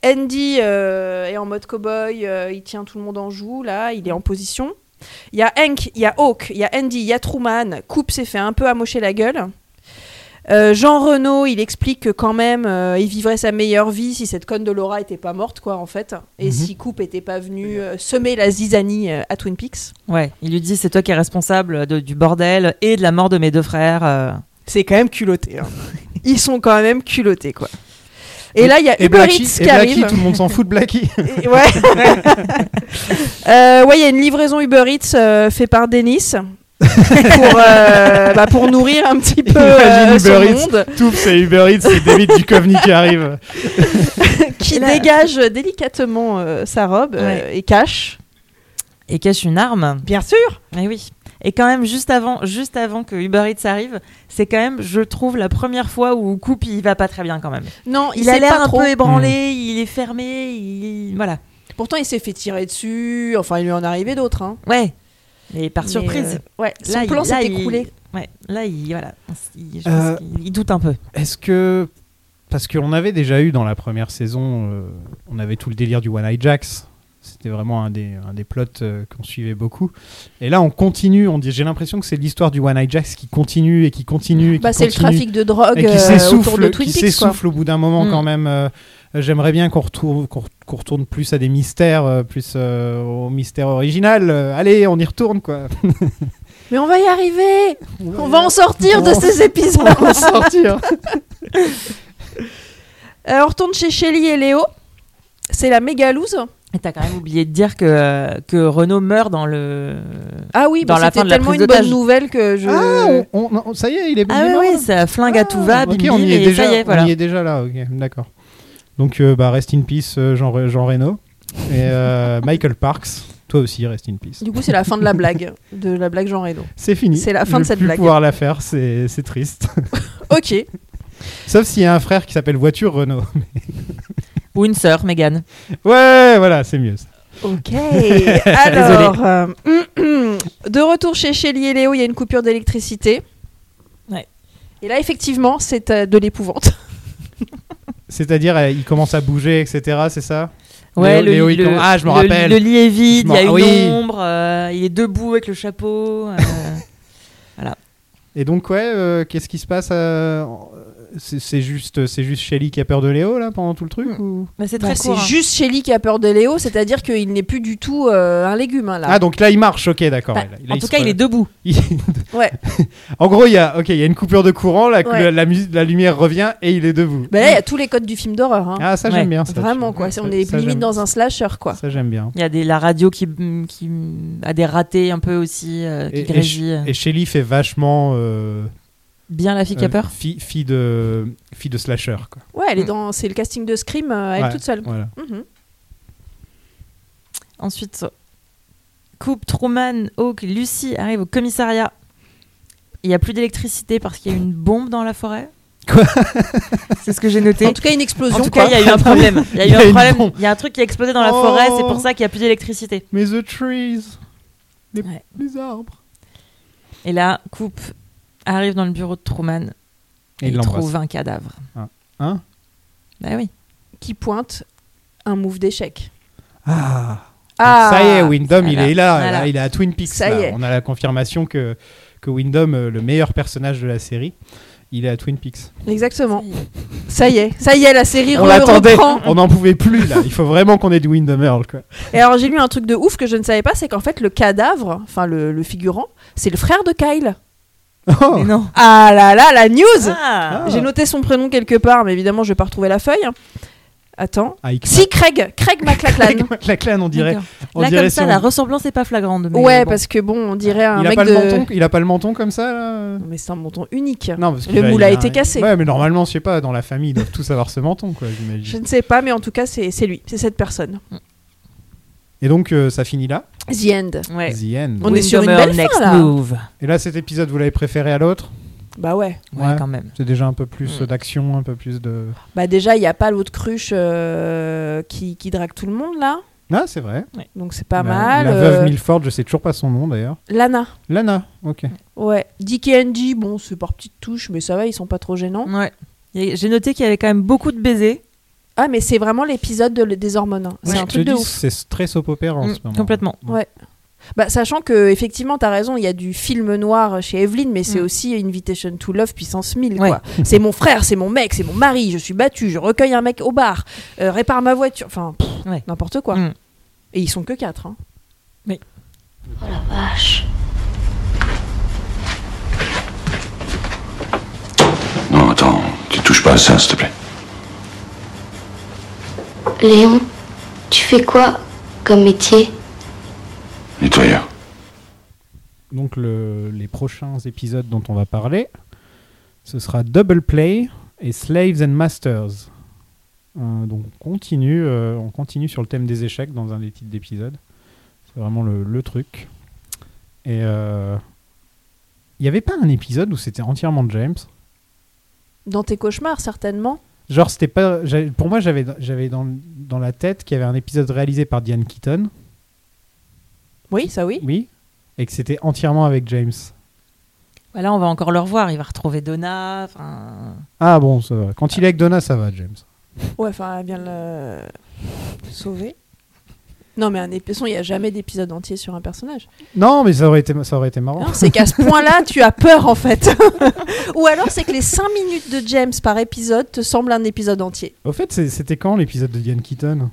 Andy euh, est en mode cowboy, euh, il tient tout le monde en joue là, il est en position. Il y a Hank, il y a Hawk, il y a Andy, il y a Truman. Coupe s'est fait un peu amocher la gueule. Euh, Jean Renault, il explique que quand même, euh, il vivrait sa meilleure vie si cette conne de Laura était pas morte, quoi, en fait. Et
Mhm.
si Coupe était pas venu euh, semer la zizanie euh, à Twin Peaks.
Ouais, il lui dit c'est toi qui es responsable de- du bordel et de la mort de mes deux frères. euh.
C'est quand même culotté. hein. <laughs> Ils sont quand même culottés, quoi. Et, là, il y a Uber
Blackie,
Eats
et
qui
Blackie,
arrive.
tout le monde s'en fout de <laughs> Blackie.
Et- ouais. Euh, ouais, il y a une livraison Uber Eats euh, fait par Dennis pour, euh, bah, pour nourrir un petit peu
Imagine
euh,
Uber
son
Eats.
monde.
Tout, c'est Uber Eats, c'est David Duchovny qui arrive.
qui dégage délicatement euh, sa robe euh,
Ouais.
et cache.
Et cache une arme.
Bien sûr.
Et oui. Et quand même, juste avant, juste avant que Uber Eats arrive, c'est quand même, je trouve, la première fois où Coupe, il va pas très bien quand même.
Non, il,
Il a
sait
l'air
pas
un
trop.
peu ébranlé, il est fermé, il... voilà.
Pourtant, il s'est fait tirer dessus. Enfin, il lui en est arrivé d'autres. hein.
Ouais. Mais par surprise.
Mais, euh, ouais, son
Là,
plan
il- là,
s'est
il-
écroulé.
Ouais, là, il, voilà, il, je pense
Euh.
qu'il- il doute un peu.
<laughs> Est-ce que. Parce qu'on avait déjà eu dans la première saison, euh, on avait tout le délire du One Eye Jacks. C'était vraiment un des, un des plots euh, qu'on suivait beaucoup. Et là, on continue. On dit, j'ai l'impression que c'est l'histoire du One Eye Jacks qui continue et qui continue. Et
Bah,
qui
c'est le
continue.
trafic de drogue
et qui
euh, autour de
s'essouffle,
Twin
qui
Peaks. quoi.
s'essouffle au bout d'un moment
Mm.
quand même. Euh, euh, J'aimerais bien qu'on retourne, qu'on re- qu'on retourne plus à des mystères, euh, plus euh, au mystère original. Euh, allez, on y retourne quoi.
Mais on va y arriver.
va
On
y
va en sortir de
On- <laughs>
ces épisodes.
On va
<laughs>
sortir.
Euh, on retourne chez Shelly et Léo. C'est la méga loose.
Et t'as quand même oublié de dire que, que Renaud meurt dans le.
Ah oui,
Dans
bah,
la fin
c'était
de la
tellement
prise
une bonne
d'otage.
nouvelle que je.
Ah, on- on- on- ça y est, il est
Ah
il est
oui,
mort, là.
oui, ça flingue à tout
Bah,
va,
Ah, Ok,
bim,
on
bim,
y est
et
déjà,
ça y est,
on
voilà.
y est déjà là. ok, d'accord. Donc, euh, bah, rest in peace, euh, Jean, Jean Reno et
<laughs>
euh, Michael Parks. Toi aussi, rest in peace.
Du coup, c'est la fin de la blague, de la blague
<laughs>
Jean Reno.
C'est fini.
c'est la fin
Je
de
vais
cette
plus
blague.
pouvoir la faire, c'est c'est triste. <laughs>
Ok.
Sauf s'il y a un frère qui s'appelle Voiture Renault. <laughs>
Ou une sœur, Megan.
Ouais, voilà, c'est mieux. ça.
<laughs> Ok. Alors, <clears throat> euh, de retour chez Shelly et Léo, il y a une coupure d'électricité.
Ouais.
Et là, effectivement, c'est euh, de l'épouvante.
C'est-à-dire, euh, il commence à bouger, etc. C'est ça
Ouais,
Léo-
le,
Léo, il
le-
commence- ah, je me
le-
rappelle.
Le lit est vide,
Je
il
m'en-
y a une
ah oui.
ombre, euh, il est debout avec
<laughs>
le chapeau. euh, voilà.
Et donc, ouais, euh, qu'est-ce qui se passe euh, en- C'est c'est juste, c'est juste Shelly qui a peur de Léo là pendant tout le truc ou...
Mais c'est
Bah,
très
c'est
court. hein.
juste Shelly qui a peur de Léo, c'est-à-dire qu'il n'est plus du tout euh, un légume. hein, là.
Ah, donc là, il marche. Ok, d'accord.
Bah,
ouais, là,
en
se
tout cas, il
relève.
est debout.
Ah.
Ouais.
en gros, il y a, ok, il y a une coupure de courant, la,
Ouais.
la, la mus- la lumière revient et il est debout. Mm.
Bah là, il y a tous les codes du film d'horreur. hein.
Ah, ça, j'aime Ouais. bien, ça, tu
Vraiment,
vois.
quoi.
Ça-
on est
ça, j'aime.
limite dans un slasher, quoi.
Ça, j'aime bien.
Il y a des, la radio qui, qui a des ratés un peu aussi, euh, qui
Et, et,
grésille.
Sh- et Shelly fait vachement. euh,
Bien la fille qui a
euh,
peur.
Fille, fille de, fille de slasher, quoi.
Ouais, elle est dans. C'est le casting de Scream, euh, elle
Mm. Ouais,
toute seule.
voilà.
Mhm.
Ensuite, coupe Truman, Hawk, Lucy arrive au commissariat. Il n'y a plus d'électricité parce qu'il y a une bombe dans la forêt. <laughs> C'est ce que j'ai noté.
En tout cas, une explosion.
En tout cas, il y a
quoi.
eu un problème. Il y a eu un
une
problème.
bombe.
Il y a un truc qui a explosé dans la
Oh.
forêt, c'est pour ça qu'il n'y a plus d'électricité.
Mais the trees, les,
Ouais.
les arbres.
Et là, Coupe arrive dans le bureau de Truman
Et
et,
il
il
l'embrasse.
trouve un cadavre.
Ah. Hein
Bah oui.
Qui pointe un move d'échec.
Ah.
Ah.
Ça y est, Windom, il
Voilà.
est là,
Voilà.
là, il est à Twin Peaks.
Ça
là.
y est.
On a la confirmation que, que Windom, euh, le meilleur personnage de la série, il est à Twin Peaks.
Exactement. Ça y est, ça y est, la série
on
re-
l'attendait,
reprend.
on n'en pouvait plus là. Il faut vraiment qu'on ait du Windom Earl.
<laughs>
Quoi.
Et alors j'ai lu un truc de ouf que je ne savais pas, c'est qu'en fait le cadavre, enfin le, le figurant, c'est le frère de Kyle.
Oh.
Mais non.
Ah là là, la news
Ah.
J'ai noté son prénom quelque part, mais évidemment je vais pas retrouver la feuille. Attends.
Ah, il-
Si Craig, Craig
<laughs>
McLachlan.
la clan, on dirait.
D'accord.
On
là,
dirait
comme
si
ça,
on-
la ressemblance n'est pas flagrante. mais
ouais,
bon.
parce que bon, on dirait un
il a
mec
pas
de.
le menton, il a pas le menton comme ça là.
Mais c'est un menton unique.
Non, parce que
le
là,
moule
il
a été cassé.
Ouais, mais normalement, je sais pas, dans la famille, ils doivent tous avoir ce menton, quoi,
Je
j'imagine.
ne sais pas, mais en tout cas c'est c'est lui, c'est cette personne.
Et donc, euh, ça finit là.
The End.
Ouais.
The end.
On est sur une belle
next
fin là.
move.
Et là, cet épisode, vous l'avez préféré à l'autre
Bah ouais.
Ouais, quand même.
C'est déjà un peu
Hmm.
plus euh, d'action, un peu plus de.
Bah déjà il y a pas l'autre cruche euh, qui, qui drague tout le monde là,
Ah, c'est vrai.
donc c'est pas
la,
mal.
La
euh,
veuve Milford, je sais toujours pas son nom d'ailleurs.
Lana.
Lana, ok.
Ouais, Dick et Andy, bon, c'est par petites touches, mais ça va, ils sont pas trop gênants.
Ouais. Et J'ai noté qu'il y avait quand même beaucoup de baisers.
Ah, mais c'est vraiment l'épisode de- des hormones. hein. C'est
Ouais,
un
je
truc
te
de
dis,
ouf. Hmm,
C'est très soap opéra en
Mm,
ce moment.
complètement.
Ouais. Bah, sachant que, effectivement, t'as raison, il y a du film noir chez Evelyn, mais c'est aussi Invitation to Love puissance 1000, quoi. c'est mon frère, c'est mon mec, c'est mon mari, je suis battu, je recueille un mec au bar, euh, répare ma voiture, enfin, pff,
Ouais.
n'importe quoi.
Mm.
Et ils sont que quatre, hein.
Oh,
Vache.
Non, attends, tu touches pas à ça, s'il te plaît.
Léon, tu fais quoi comme métier
Nettoyeur.
Donc le- les prochains épisodes dont on va parler, ce sera Double Play et Slaves and Masters. Euh, donc on continue, euh, on continue sur le thème des échecs dans un des titres d'épisodes. C'est vraiment le, le truc. Et euh, il n'y avait pas un épisode où c'était entièrement James.
Dans tes cauchemars, certainement.
Genre c'était pas, j'avais- pour moi j'avais j'avais dans, dans la tête qu'il y avait un épisode réalisé par Diane Keaton.
Oui,
<laughs>
ça oui.
Oui. Et que c'était entièrement avec James.
Voilà, Bah on va encore le revoir. Il va retrouver Donna. enfin,
Ah bon, ça va. Quand il est avec Donna, ça va, James.
Ouais, enfin, elle vient le le sauver. Non, mais un épisode, il n'y a jamais d'épisode entier sur un personnage.
Non, mais ça aurait été, ça aurait été marrant.
Non, c'est qu'à ce point-là, tu as peur en fait. <laughs> Ou alors c'est que les 5 minutes de James par épisode te semblent un épisode entier.
Au fait, c'est- c'était quand l'épisode de Diane Keaton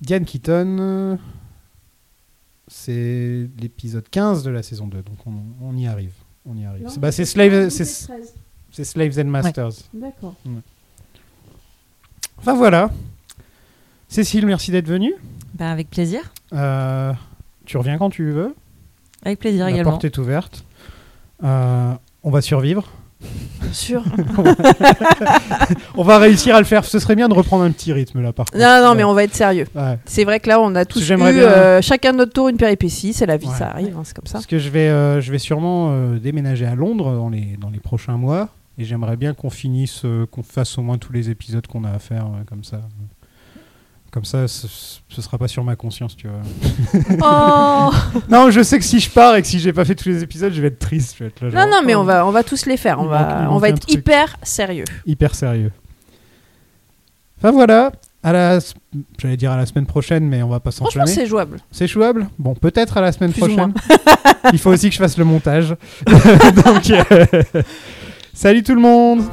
Diane Keaton, euh, c'est l'épisode 15 de la saison 2, donc on, on y arrive. On y arrive.
Non,
C'est- bah, c'est
c'est
Slave-
l'épisode
c'est-
13.
c'est Slaves and Masters.
D'accord.
Ouais. Enfin voilà. Cécile, merci d'être venue.
bah, avec plaisir.
Euh, tu reviens quand tu veux.
Avec plaisir
La
également.
porte est ouverte. Euh, on va survivre.
Bien sûr.
on va réussir à le faire. Ce serait bien de reprendre un petit rythme là, par contre.
Non, non, mais on va être sérieux.
Ouais.
C'est vrai que là, on a tous eu
J'aimerais bien-
euh, chacun de notre tour une péripétie. C'est la vie,
Ouais.
ça arrive, hein, c'est comme ça.
Parce que je vais, euh, je vais sûrement euh, déménager à Londres dans les, dans les prochains mois. Et j'aimerais bien qu'on finisse, euh, qu'on fasse au moins tous les épisodes qu'on a à faire euh, comme ça. Comme ça, ce, ce sera pas sur ma conscience,
<laughs>
tu vois.
Oh
non, je sais que si je pars et que si j'ai pas fait tous les épisodes, je vais être triste. je vais être là,
Non,
genre,
non, mais
oh,
on va, on va tous les faire. On
Il manque- il
va, on
manque
va
un
être
truc.
hyper sérieux.
oh, Hyper sérieux. Enfin voilà, à la, s- j'allais dire à la semaine prochaine, mais on va pas
Franchement,
s'enflammer.
c'est jouable.
C'est jouable Bon, peut-être à la semaine
Plus
<laughs>
ou
prochaine.
moins.
<laughs> Il faut aussi que je fasse le montage. Donc, euh, <laughs> salut tout le monde